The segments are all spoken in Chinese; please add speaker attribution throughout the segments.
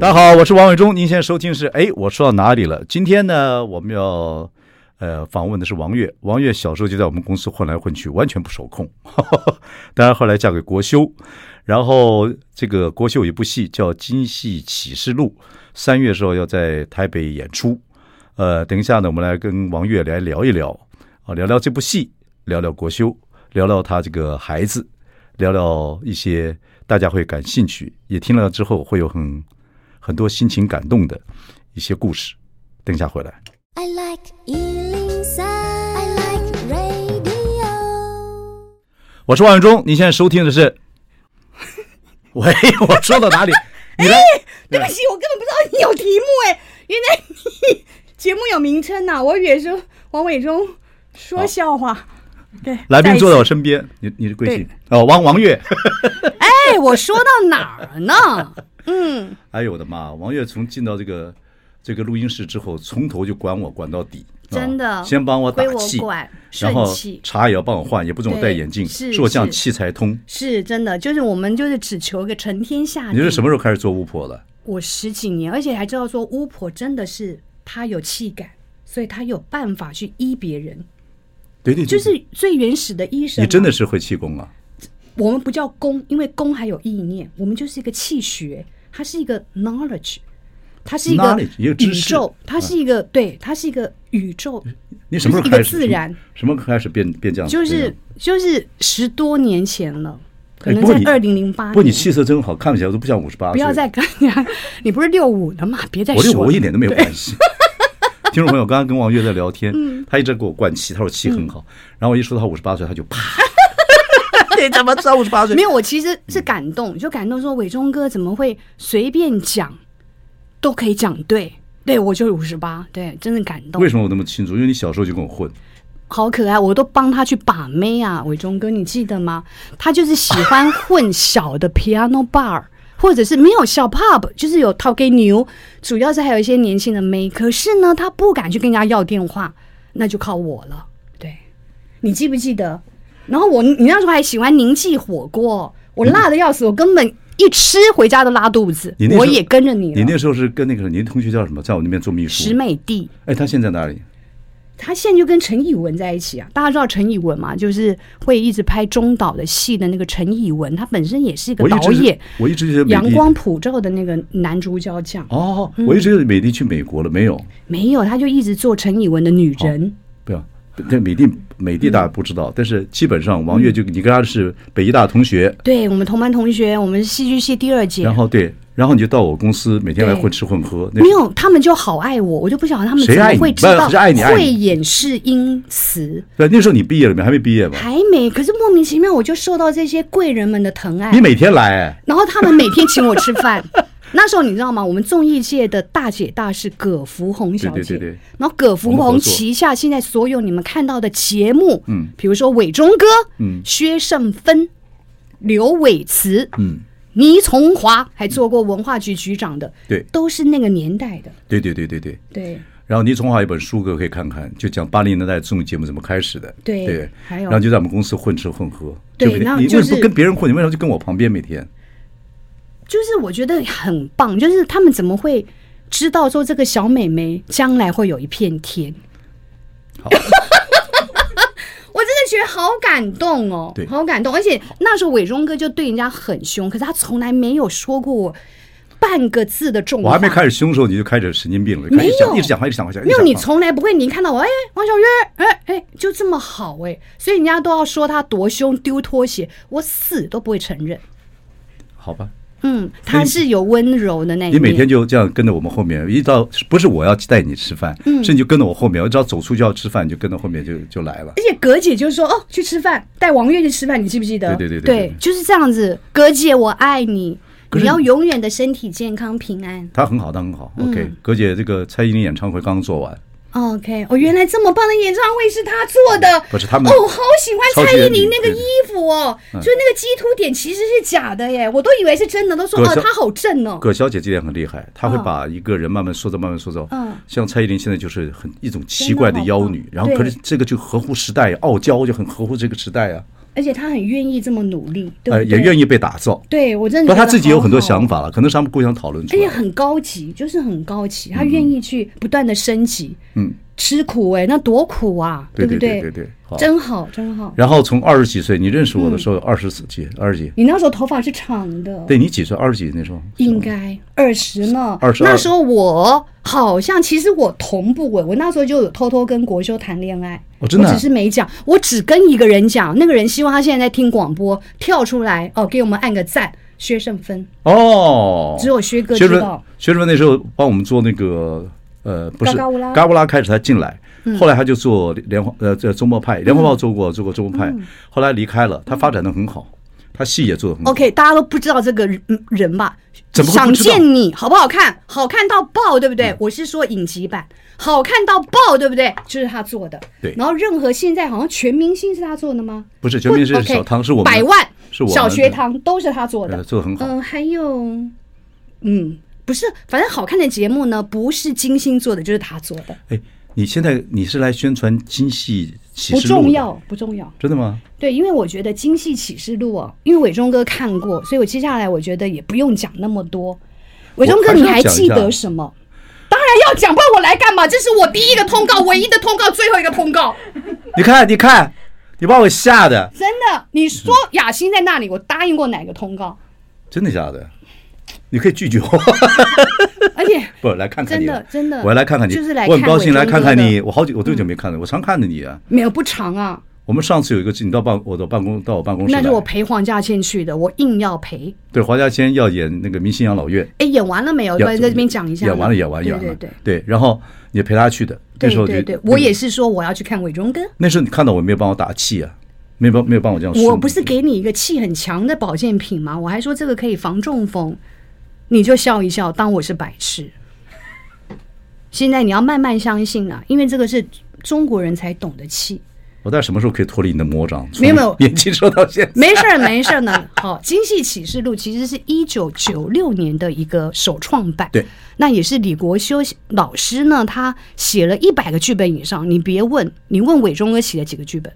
Speaker 1: 大家好，我是王伟忠，您现在收听是，哎，我说到哪里了？今天呢，我们要呃访问的是王月。王月小时候就在我们公司混来混去，完全不受控。 当然后来嫁给国修，然后这个国修有一部戏叫《京戏启示录》，三月的时候要在台北演出。呃，等一下呢，我们来跟王月来聊一聊啊，聊聊这部戏，聊聊国修，聊聊他这个孩子，聊聊一些大家会感兴趣，也听了之后会有很很多心情感动的一些故事。等一下回来。
Speaker 2: I like Ealing Sound. I like radio.
Speaker 1: 我是王永忠，您现在收听的是， 喂，我说到哪里？你来，
Speaker 3: 对不起，我根本不知道你有题目哎，原来你节目有名称呐、我以为说王伟忠说笑话。对，
Speaker 1: 来宾坐在
Speaker 3: 再一
Speaker 1: 我
Speaker 3: 次
Speaker 1: 身边，你你是贵姓？哦，王王月。
Speaker 3: 哎，我说到哪儿 呢？
Speaker 1: 哎呦我的妈！王月从进到这个这个录音室之后，从头就管我管到底，
Speaker 3: 真的
Speaker 1: 啊先帮我打
Speaker 3: 归我
Speaker 1: 气，
Speaker 3: 管
Speaker 1: 然
Speaker 3: 顺
Speaker 1: 后
Speaker 3: 气
Speaker 1: 茶也要帮我换，也不准我戴
Speaker 3: 对
Speaker 1: 眼镜，
Speaker 3: 是
Speaker 1: 说我这样
Speaker 3: 是
Speaker 1: 气才通。
Speaker 3: 是真的，就是我们就是只求个成天下地。
Speaker 1: 你是什么？时候开始做巫婆的？
Speaker 3: 我十几年，而且还知道说巫婆真的是她有气感，所以她有办法去医别人，
Speaker 1: 对对对，
Speaker 3: 就是最原始嗯的医生嘛。
Speaker 1: 你真的是会气功啊！
Speaker 3: 我们不叫功，因为功还有意念，我们就是一个气学，它是一个 knowledge，它是一个
Speaker 1: Knowledge，也有知
Speaker 3: 宇
Speaker 1: 识嗯
Speaker 3: 宙，它是一个、对，它是一个宇宙，
Speaker 1: 你什么时候
Speaker 3: 就是一
Speaker 1: 开
Speaker 3: 个
Speaker 1: 始？
Speaker 3: 自然，
Speaker 1: 什么时候开始变变这样子？
Speaker 3: 就
Speaker 1: 这样
Speaker 3: 是就是十多年前了，
Speaker 1: 啊
Speaker 3: 可
Speaker 1: 哎
Speaker 3: 能
Speaker 1: 不过
Speaker 3: 在
Speaker 1: 你
Speaker 3: 二零零八
Speaker 1: 不，你
Speaker 3: 年。
Speaker 1: 气色真好，看起来我都不像五十八。
Speaker 3: 嗯不要再跟你，你不是六五的嘛？别再
Speaker 1: 我
Speaker 3: 说
Speaker 1: 对
Speaker 3: 了。
Speaker 1: 我一点都没有关 系。听众朋友，刚刚跟王月在聊天，
Speaker 3: 嗯
Speaker 1: 他一直给我灌气，他说气很好，然后我一说他五十八岁，他就啪，你怎么知道五十八岁
Speaker 3: 没？有，我其实是感动，就感动说伟忠哥怎么会随便讲，都可以讲对，对我就是五十八，对，真的感动
Speaker 1: 为。什么我那么清楚？因为你小时候就跟我混，
Speaker 3: 好可爱，我都帮他去把妹啊，伟忠哥，你记得吗？他就是喜欢混小的 piano bar，或者是没有小 pub，就是有掏给牛，主要是还有一些年轻的妹。可是呢，他不敢去跟人家要电话，那就靠我了。对，你记不记得？然后我，你那时候还喜欢宁记火锅，我辣的要死，我根本一吃回家都拉肚子
Speaker 1: 你那。时候
Speaker 3: 我也跟着你
Speaker 1: 你
Speaker 3: 了，
Speaker 1: 那时候是跟那个你的同学叫什么，在我那边做秘
Speaker 3: 石
Speaker 1: 书。
Speaker 3: 美娣。
Speaker 1: 哎，他现在哪里？
Speaker 3: 他现在就跟陈以文在一起啊，大家知道陈以文嘛，就是会一直拍中岛的戏的那个陈以文，他本身也是一个
Speaker 1: 我一
Speaker 3: 导
Speaker 1: 直
Speaker 3: 演
Speaker 1: 是，我一直觉得美
Speaker 3: 阳
Speaker 1: 丽
Speaker 3: 光嗯普照的那个男主角奖，
Speaker 1: 哦，我一直觉得美丽去美国了，没有？
Speaker 3: 没有，他就一直做陈以文的女人，
Speaker 1: 不要，但美丽美丽大家不知道，但是基本上王月
Speaker 3: 嗯
Speaker 1: 就你跟他是北医大同学，
Speaker 3: 对我们同班同学，我们是戏剧系第二届
Speaker 1: 然，后对，然后你就到我公司每天来
Speaker 3: 对
Speaker 1: 混吃混喝，那
Speaker 3: 没有，他们就好爱我，我就不晓得他们
Speaker 1: 谁
Speaker 3: 怎么
Speaker 1: 爱你
Speaker 3: 会
Speaker 1: 不
Speaker 3: 知道
Speaker 1: 是爱你爱你
Speaker 3: 慧眼识英词，
Speaker 1: 对，那时候你毕业了没？还没毕业吧？
Speaker 3: 还没，可是莫名其妙我就受到这些贵人们的疼爱
Speaker 1: 你，每天来，
Speaker 3: 然后他们每天请我吃饭。 那时候你知道吗？我们综艺界的大姐大是葛福红小
Speaker 1: 对
Speaker 3: 姐，
Speaker 1: 对对对
Speaker 3: 然后葛福
Speaker 1: 我们合
Speaker 3: 红
Speaker 1: 作
Speaker 3: 旗下现在所有你们看到的节目，嗯，比如说伟忠哥，
Speaker 1: 嗯
Speaker 3: 薛胜芬、刘伟慈，
Speaker 1: 嗯，
Speaker 3: 倪从华还做过文化局局长的，
Speaker 1: 对
Speaker 3: 都是那个年代的，
Speaker 1: 对对对对对。
Speaker 3: 对。
Speaker 1: 然后倪从华有一本书，各位可以看看，就讲八零年代综艺节目怎么开始的。
Speaker 3: 对
Speaker 1: 对，
Speaker 3: 还有
Speaker 1: 然后就在我们公司混吃混喝。
Speaker 3: 对
Speaker 1: 就每天
Speaker 3: 那
Speaker 1: 你
Speaker 3: 就
Speaker 1: 为什么
Speaker 3: 是哎
Speaker 1: 不跟别人混？你为什么就跟我旁边每天？
Speaker 3: 就是我觉得很棒，就是他们怎么会知道说这个小美眉将来会有一片天？
Speaker 1: 好
Speaker 3: 我真的觉得好感动哦
Speaker 1: 对，
Speaker 3: 好感动！而且那时候伟忠哥就对人家很凶，可是他从来没有说过我半个字的重话。
Speaker 1: 我还没开始凶的时候，你就开始神经病了，
Speaker 3: 没有
Speaker 1: 一讲一直讲话，一直讲话，一直讲话
Speaker 3: 没有，你从来不会，你一看到我，哎，王小月，哎哎，就这么好哎，所以人家都要说他多凶，丢拖鞋，我死都不会承认。
Speaker 1: 好吧？
Speaker 3: 嗯，他是有温柔的那一
Speaker 1: 你
Speaker 3: 面。
Speaker 1: 每天就这样跟着我们后面，一到不是我要带你吃饭，
Speaker 3: 嗯
Speaker 1: 是你就跟着我后面，我只要走出就要吃饭，你就跟着后面就就来了。
Speaker 3: 而且葛姐就说：“哦，去吃饭，带王月去吃饭，你记不记得？”
Speaker 1: 对对对对对
Speaker 3: 就是这样子。葛姐，我爱你，
Speaker 1: 可
Speaker 3: 你
Speaker 1: 是
Speaker 3: 要永远的身体健康平安。
Speaker 1: 他很好，他很好。OK，葛
Speaker 3: 嗯
Speaker 1: 姐，这个蔡依林演唱会刚刚做完，
Speaker 3: OK，哦，原来这么棒的演唱会是他做的，
Speaker 1: 不是他们
Speaker 3: 哦，好喜欢
Speaker 1: 超
Speaker 3: 蔡
Speaker 1: 级
Speaker 3: 依
Speaker 1: 人
Speaker 3: 林
Speaker 1: 女
Speaker 3: 那个
Speaker 1: 对嗯
Speaker 3: 衣服哦，就那个鸡突点其实是假的耶，我都以为是真的，都说
Speaker 1: 葛
Speaker 3: 哦，
Speaker 1: 小
Speaker 3: 他好正哦，
Speaker 1: 葛小姐这点很厉害，她会
Speaker 3: 嗯
Speaker 1: 把一个人慢慢塑造，慢慢塑造。
Speaker 3: 嗯，
Speaker 1: 像蔡依林现在就是很一种奇怪的妖女，
Speaker 3: 真的
Speaker 1: 然
Speaker 3: 好棒
Speaker 1: 后可是
Speaker 3: 对
Speaker 1: 这个就合乎时代，傲娇就很合乎这个时代啊，
Speaker 3: 而且他很愿意这么努力，对
Speaker 1: 呃，
Speaker 3: 不对？
Speaker 1: 也愿意被打造。
Speaker 3: 对我真
Speaker 1: 不过
Speaker 3: 的觉得
Speaker 1: 她自己有很多
Speaker 3: 好好哎
Speaker 1: 想，法了，可能是他们互相讨论出
Speaker 3: 而且
Speaker 1: 来的。
Speaker 3: 很高级，就是很高级，他愿意去不断的升级，
Speaker 1: 嗯，
Speaker 3: 吃苦哎，那多苦啊，
Speaker 1: 对
Speaker 3: 不
Speaker 1: 对对对对好
Speaker 3: 真好真好。
Speaker 1: 然后从二十几岁，你认识我的
Speaker 3: 嗯
Speaker 1: 时候二十几，二十几，
Speaker 3: 你那时候头发是长的，
Speaker 1: 对你几岁？二十几那时候？
Speaker 3: 应该二十呢。
Speaker 1: 22
Speaker 3: 那时候我好像其实我同步我我那时候就有偷偷跟国修谈恋爱，
Speaker 1: 哦真的啊
Speaker 3: 我只是没讲，我只跟一个人讲，那个人希望他现在在听广播，跳出来哦，给我们按个赞。薛胜芬，
Speaker 1: 哦，
Speaker 3: 只有薛哥
Speaker 1: 薛
Speaker 3: 知
Speaker 1: 之
Speaker 3: 道。
Speaker 1: 薛之文那时候帮我们做那个呃，不是
Speaker 3: 嘎嘎乌拉嗯
Speaker 1: 嘎乌拉开始他进来，后来他就做莲花呃这周末派，莲花报做过做过周末派，
Speaker 3: 嗯
Speaker 1: 后来离开了，他发展的很好，他戏也做的很好。
Speaker 3: OK，大家都不知道这个人嗯人吧？
Speaker 1: 嗯怎么会
Speaker 3: 想
Speaker 1: 不知道嗯
Speaker 3: 见你好不好看？好看到爆，对不对？我是说影集版，好看到爆，对不对？就是他做的。
Speaker 1: 对
Speaker 3: 然后任何现在好像全明星是他做的吗？
Speaker 1: 不是全明星是
Speaker 3: OK，
Speaker 1: 小汤是我们
Speaker 3: 百万
Speaker 1: 是我们
Speaker 3: 小学堂都是他做的
Speaker 1: 呃，做的很好。
Speaker 3: 嗯，还有，嗯，不是，反正好看的节目呢，不是金星做的，就是他做的，
Speaker 1: 哎，你现在你是来宣传京戏启
Speaker 3: 不
Speaker 1: 示录的
Speaker 3: 重，要，不重要。
Speaker 1: 真的吗？
Speaker 3: 对，因为我觉得《京戏启示录》哦，因为伟忠哥看过，所以我接下来我觉得也不用讲那么多。伟忠哥，
Speaker 1: 还是
Speaker 3: 你
Speaker 1: 要
Speaker 3: 还
Speaker 1: 讲一
Speaker 3: 记
Speaker 1: 下
Speaker 3: 得什么？当然要讲，不然我来干嘛？这是我第一个通告，唯一的通告，最后一个通告。
Speaker 1: 你看，你看，你把我吓的，
Speaker 3: 真的，你说
Speaker 1: 嗯
Speaker 3: 雅欣在那里，我答应过哪个通告？
Speaker 1: 真的假的？你可以拒绝我，
Speaker 3: 而且
Speaker 1: 不来看看你了，
Speaker 3: 真的真的
Speaker 1: 我要来看看你，
Speaker 3: 就是来看
Speaker 1: 我很高兴来看看
Speaker 3: 伟
Speaker 1: 你，我好久我
Speaker 3: 嗯
Speaker 1: 多久没看了，我常看着你啊。
Speaker 3: 没有不长啊，
Speaker 1: 我们上次有一个，你到办我的办公到我办公室
Speaker 3: 那
Speaker 1: 来，
Speaker 3: 是我陪黄嘉倩去的，我硬要陪。
Speaker 1: 对黄嘉千要演那个《明星养老院》，
Speaker 3: 哎，演完了没有？
Speaker 1: 要
Speaker 3: 在这边讲一下。
Speaker 1: 演完了，演完了演完
Speaker 3: 对
Speaker 1: 了，
Speaker 3: 对
Speaker 1: 然后你陪他去的，那
Speaker 3: 对
Speaker 1: 时候
Speaker 3: 对
Speaker 1: 就嗯
Speaker 3: 对对，我也
Speaker 1: 那
Speaker 3: 是说我要去看伟忠哥。
Speaker 1: 那时候你看到我没有帮我打气啊，没有帮没有帮我这样说，
Speaker 3: 我不是给你一个气很强的保健品吗？我还说这个可以防中风，你就笑一笑，当我是白痴。现在你要慢慢相信啊，因为这个是中国人才懂得气。
Speaker 1: 我在什么时候可以脱离你的魔掌？
Speaker 3: 没有没有
Speaker 1: 从年轻时候到现在，
Speaker 3: 没事儿，没事儿呢。 好，《京戏启示录》其实是一九九六年的一个首创版，
Speaker 1: 对，
Speaker 3: 那也是李国修老师呢，他写了一百个剧本以上。你别问，你问伟忠哥写了几个剧本，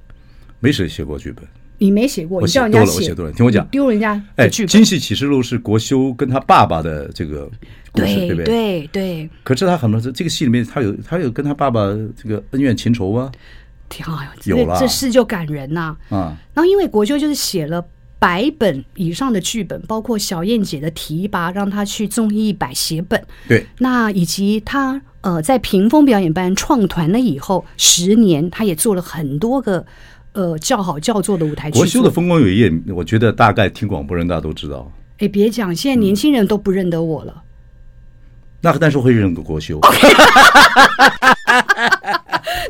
Speaker 1: 没谁写过剧本。
Speaker 3: 你没写过，
Speaker 1: 我
Speaker 3: 你
Speaker 1: 写
Speaker 3: 叫
Speaker 1: 多
Speaker 3: 人
Speaker 1: 了，
Speaker 3: 家
Speaker 1: 我写多了，听我讲
Speaker 3: 你。丢人家
Speaker 1: 哎，
Speaker 3: 的
Speaker 1: 《
Speaker 3: 剧本，
Speaker 1: 京戏启示录》是国修跟他爸爸的这个故事，对不
Speaker 3: 对对对，
Speaker 1: 可是他很多这个戏里面，他有他有跟他爸爸这个恩怨情仇啊
Speaker 3: 挺好呀，这
Speaker 1: 有啦
Speaker 3: 这事就感人呐、
Speaker 1: 啊！
Speaker 3: 然后因为国舅就是写了百本以上的剧本，包括小燕姐的提拔，让她去综艺一百写本，
Speaker 1: 对，
Speaker 3: 那以及她呃在屏风表演班创团了以后十年，她也做了很多个呃叫好叫座的舞台剧
Speaker 1: 国修的
Speaker 3: 作。
Speaker 1: 丰功伟业，我觉得大概听广播人大家都知道。
Speaker 3: 哎，别讲，现在年轻人都不认得我了。
Speaker 1: 那但是会认得国修，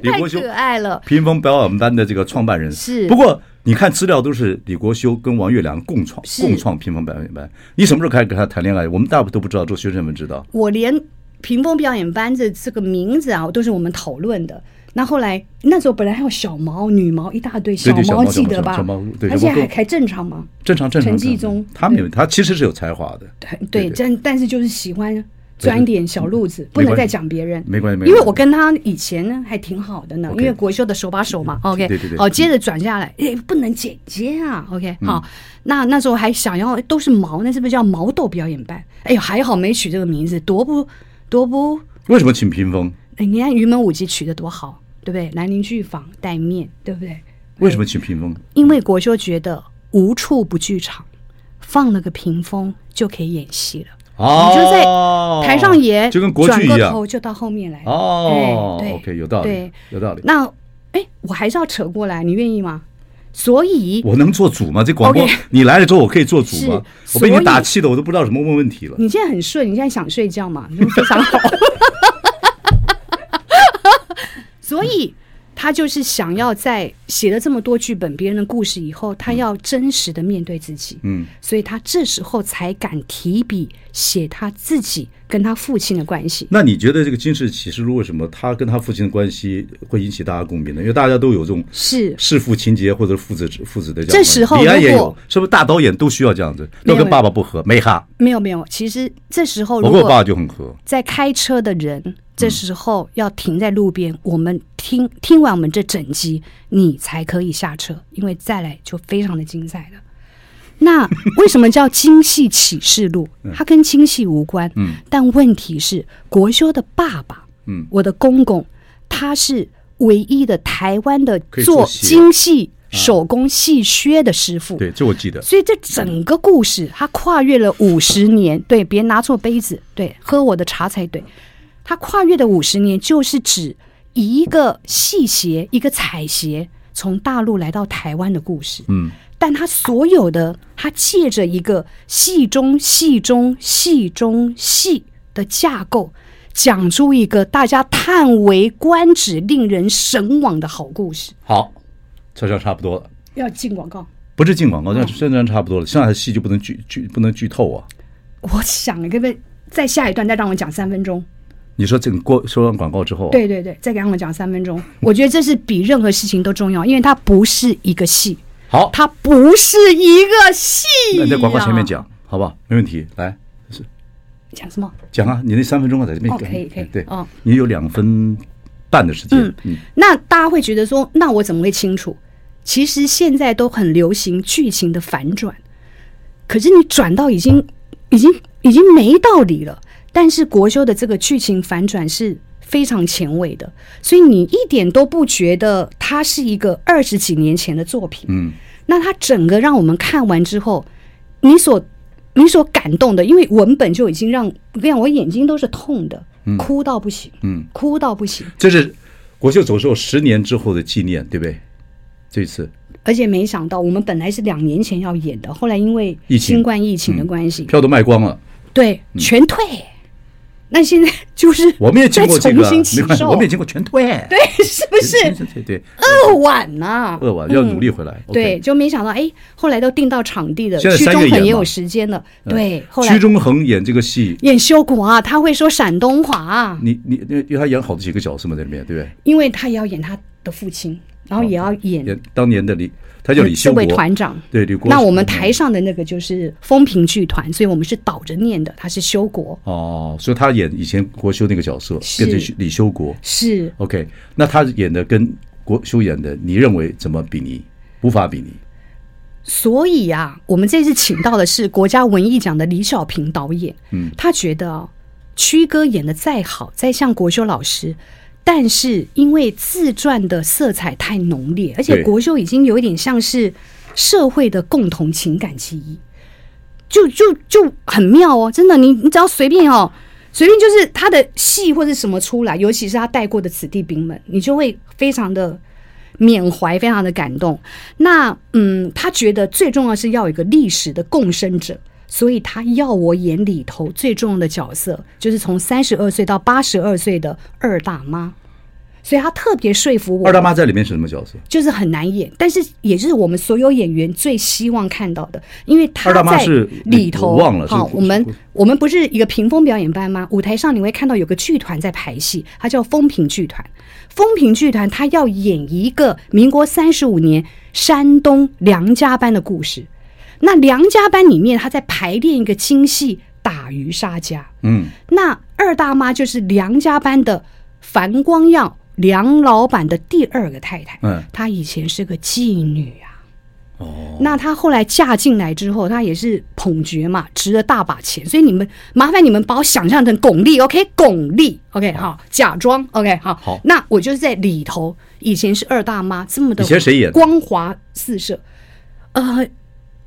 Speaker 1: 李
Speaker 3: 太
Speaker 1: 国 修
Speaker 3: 可爱了，
Speaker 1: 屏风表演班的这个创办人
Speaker 3: 是
Speaker 1: 不过你看资料都是李国修跟王月良共创
Speaker 3: 是
Speaker 1: 共创屏风表演班。你什么时候开始跟他谈恋爱？我们大部分都不知道，只有学生们知道。
Speaker 3: 我连屏风表演班这这个名字啊，都是我们讨论的。那后来那时候本来还有小毛、女毛一大堆，
Speaker 1: 对对
Speaker 3: 毛
Speaker 1: 小毛
Speaker 3: 记得
Speaker 1: 小毛
Speaker 3: 吧？
Speaker 1: 小毛对
Speaker 3: 而且
Speaker 1: 小毛
Speaker 3: 还
Speaker 1: 哥
Speaker 3: 还正常吗？
Speaker 1: 正常正常。
Speaker 3: 陈
Speaker 1: 正
Speaker 3: 继
Speaker 1: 常
Speaker 3: 宗
Speaker 1: 他没有，他其实是有才华的。
Speaker 3: 很
Speaker 1: 对
Speaker 3: 对，
Speaker 1: 对
Speaker 3: 但但是就是喜欢钻一点小路子，不
Speaker 1: 没
Speaker 3: 能
Speaker 1: 关系
Speaker 3: 再讲别人。
Speaker 1: 没关系没关系
Speaker 3: 因为我跟他以前呢还挺好的呢，
Speaker 1: OK 嗯
Speaker 3: 因为国秀的手把手嘛。OK，
Speaker 1: 对对对嗯
Speaker 3: 好，接着转下来，哎，不能剪接啊。OK，好，那那时候还想要都是毛，那是不是叫毛豆表演班？哎呦，还好没取这个名字，多不多不
Speaker 1: 为什么请屏风？
Speaker 3: 哎你看云门舞集取得多好，对不对？兰陵剧坊带面，对不对？
Speaker 1: 为什么请屏风？
Speaker 3: 因为国秀觉得无处不剧场，放了个屏风就可以演戏了。
Speaker 1: 哦，
Speaker 3: 你就在台上演，
Speaker 1: 就跟国
Speaker 3: 转
Speaker 1: 剧一
Speaker 3: 过
Speaker 1: 样。
Speaker 3: 头就到后面来。
Speaker 1: 哦
Speaker 3: 哎对
Speaker 1: ，OK，有道理
Speaker 3: 对，
Speaker 1: 有道理。
Speaker 3: 那哎，我还是要扯过来，你愿意吗？所以
Speaker 1: 我能做主吗？这广播
Speaker 3: OK
Speaker 1: 你来了之后，我可以做主吗？
Speaker 3: 是
Speaker 1: 我被
Speaker 3: 所
Speaker 1: 你
Speaker 3: 以
Speaker 1: 打气的，我都不知道什么问问题了。
Speaker 3: 你现在很顺，你现在想睡 觉嘛，就非常好。所以他就是想要在写了这么多剧本别人的故事以后，他要真实的面对自己，
Speaker 1: 嗯，
Speaker 3: 所以他这时候才敢提笔写他自己跟他父亲的关系。
Speaker 1: 那你觉得这个《金氏启示录》为什么他跟他父亲的关系会引起大家共鸣呢？因为大家都有这种
Speaker 3: 是
Speaker 1: 弑父情节或者父子父子的这样的
Speaker 3: 这时候
Speaker 1: 李安也
Speaker 3: 如
Speaker 1: 有
Speaker 3: 果，
Speaker 1: 是不是大导演都需要这样子？
Speaker 3: 没
Speaker 1: 要
Speaker 3: 有
Speaker 1: 跟爸爸不和，没哈，
Speaker 3: 没有没有，其实这时候
Speaker 1: 我
Speaker 3: 如
Speaker 1: 跟我
Speaker 3: 果
Speaker 1: 爸就很和。
Speaker 3: 在开车的
Speaker 1: 嗯
Speaker 3: 人，这时候要停在路边，我们听听完我们这整集，你才可以下车，因为再来就非常的精彩了。 那为什么叫精细启示录？它跟精细无关。
Speaker 1: 嗯，
Speaker 3: 但问题是，国修的爸爸，
Speaker 1: 嗯，
Speaker 3: 我的公公，他是唯一的台湾的
Speaker 1: 可以做
Speaker 3: 做
Speaker 1: 鞋啊
Speaker 3: 精细手工细靴的师傅。
Speaker 1: 对，这我记得。
Speaker 3: 所以这整个故事，它跨越了五十年。对，别拿错杯子，对，喝我的茶才对。它跨越的五十年，就是指一个戏鞋、一个彩鞋从大陆来到台湾的故事。
Speaker 1: 嗯，
Speaker 3: 但它所有的，它借着一个戏中戏中戏中戏的架构，讲出一个大家叹为观止、令人神往的好故事。
Speaker 1: 好，车上差不多了，
Speaker 3: 要进广告。
Speaker 1: 不是进广告，但是宣传差不多了，剩下的戏就不能剧剧不能剧透啊。
Speaker 3: 我想，可不可以在下一段再让我讲三分钟？
Speaker 1: 你说这个过说完广告之后，，
Speaker 3: 对对对，再给我讲三分钟。我觉得这是比任何事情都重要，因为它不是一个戏，
Speaker 1: 好，
Speaker 3: 它不是一个戏、
Speaker 1: 那
Speaker 3: 呀
Speaker 1: 你在广告前面讲，好不好？没问题，来
Speaker 3: 讲什么？
Speaker 1: 讲啊，你那三分钟啊，在这边
Speaker 3: 哦可以可以
Speaker 1: 对
Speaker 3: 哦，
Speaker 1: 你有两分半的时间
Speaker 3: 嗯，
Speaker 1: 嗯，
Speaker 3: 那大家会觉得说，那我怎么会清楚？其实现在都很流行剧情的反转，可是你转到已经、已经、已经没道理了。但是国修的这个剧情反转是非常前卫的，所以你一点都不觉得它是一个二十几年前的作品。
Speaker 1: 嗯，
Speaker 3: 那它整个让我们看完之后，你所你所感动的，因为文本就已经让我跟你讲，我眼睛都是痛的，哭到不行，
Speaker 1: 嗯，
Speaker 3: 哭到不行，
Speaker 1: 这是国秀走秀十年之后的纪念，对不对？这次
Speaker 3: 而且没想到我们本来是两年前要演的，后来因为
Speaker 1: 疫情嗯
Speaker 3: 新冠疫情的关系，
Speaker 1: 票都卖光了，
Speaker 3: 对，全退。那现在就是
Speaker 1: 我们也经
Speaker 3: 再
Speaker 1: 过这
Speaker 3: 重
Speaker 1: 个，啊
Speaker 3: 新起
Speaker 1: 没关系，
Speaker 3: 售，
Speaker 1: 我们也经过全退，对，
Speaker 3: 对，是不
Speaker 1: 对
Speaker 3: 是
Speaker 1: 对对对，
Speaker 3: 扼腕呐？
Speaker 1: 饿完要
Speaker 3: 嗯
Speaker 1: 努力回来，OK
Speaker 3: 对，，就没想到哎，后来都定到场地了，
Speaker 1: 现在
Speaker 3: 屈
Speaker 1: 三月
Speaker 3: 中
Speaker 1: 演
Speaker 3: 恒也
Speaker 1: 嘛嗯
Speaker 3: 有时间了，对，后来
Speaker 1: 哎屈中恒演这个戏，
Speaker 3: 演修国啊，他会说陕东话啊，
Speaker 1: 你你因为因为他演好几个角色嘛，在里面对不对？
Speaker 3: 因为他也要演他的父亲，然后也要演
Speaker 1: 哦演当年的李，他叫李
Speaker 3: 这
Speaker 1: 修国
Speaker 3: 位，团长。
Speaker 1: 对李国。
Speaker 3: 那我们台上的那个就是风平剧团，所以我们是倒着念的，他是修国，
Speaker 1: 哦，所以他演以前国修那个角色，
Speaker 3: 是
Speaker 1: 变成李修国。
Speaker 3: 是
Speaker 1: OK，那他演的跟国修演的，你认为怎么比拟？无法比拟。
Speaker 3: 所以啊，我们这次请到的是国家文艺奖的李小平导演，
Speaker 1: 嗯，
Speaker 3: 他觉得啊曲哥演的再好，再像国修老师，但是因为自传的色彩太浓烈，而且
Speaker 1: 对
Speaker 3: 国修已经有一点像是社会的共同情感之一，就就就很妙哦，真的，你你只要随便哦。随便就是他的戏或者什么出来，尤其是他带过的子弟兵们，你就会非常的缅怀，非常的感动。那嗯，他觉得最重要是要有一个历史的共生者，所以他要我演里头最重要的角色，就是从三十二岁到八十二岁的二大妈。所以他特别说服我，
Speaker 1: 二大妈在里面是什么角色？
Speaker 3: 就是很难演，但是也是我们所有演员最希望看到的，因为他
Speaker 1: 二大妈
Speaker 3: 在
Speaker 1: 是
Speaker 3: 里头
Speaker 1: 我忘了
Speaker 3: 好
Speaker 1: 是，
Speaker 3: 我们我们不是一个屏风表演班吗？舞台上你会看到有个剧团在排戏，它叫风平剧团。风平剧团它要演一个民国三十五年山东梁家班的故事。那梁家班里面，他在排练一个京戏打渔杀家。
Speaker 1: 嗯，
Speaker 3: 那二大妈就是梁家班的樊光耀，梁老板的第二个太太。
Speaker 1: 嗯
Speaker 3: 她以前是个妓女啊。哦。那她后来嫁进来之后，她也是捧角嘛，值了大把钱。所以你们麻烦你们把我想象成巩俐，OK？巩俐，OK？好，假装，OK？好。
Speaker 1: 好
Speaker 3: 那我就是在里头，以前是二大妈，这么的
Speaker 1: 以前谁演的
Speaker 3: 光华四射。呃，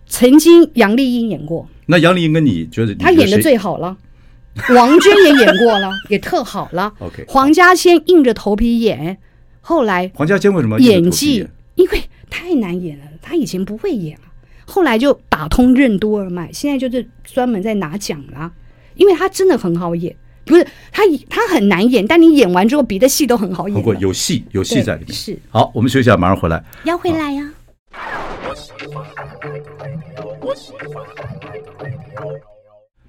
Speaker 3: 曾经杨丽英演过。
Speaker 1: 那杨丽英跟你觉得你
Speaker 3: 他演的
Speaker 1: 谁
Speaker 3: 最好了， 王娟也演 过了，也特好了。
Speaker 1: OK，
Speaker 3: 黄嘉千硬着头皮演，后来
Speaker 1: 黄家千为什么要
Speaker 3: 演
Speaker 1: 演
Speaker 3: 技因为太难演了，他以前不会演啊，后来就打通任督二脉，现在就是专门在拿奖啦、因为他真的很好演。不是他他很难演，但你演完之后，别的戏都很好演
Speaker 1: 不
Speaker 3: 了。
Speaker 1: 过有戏有戏
Speaker 3: 对
Speaker 1: 在里面。啊
Speaker 3: 是
Speaker 1: 好，我们休息一下，马上回来。
Speaker 3: 要回来呀、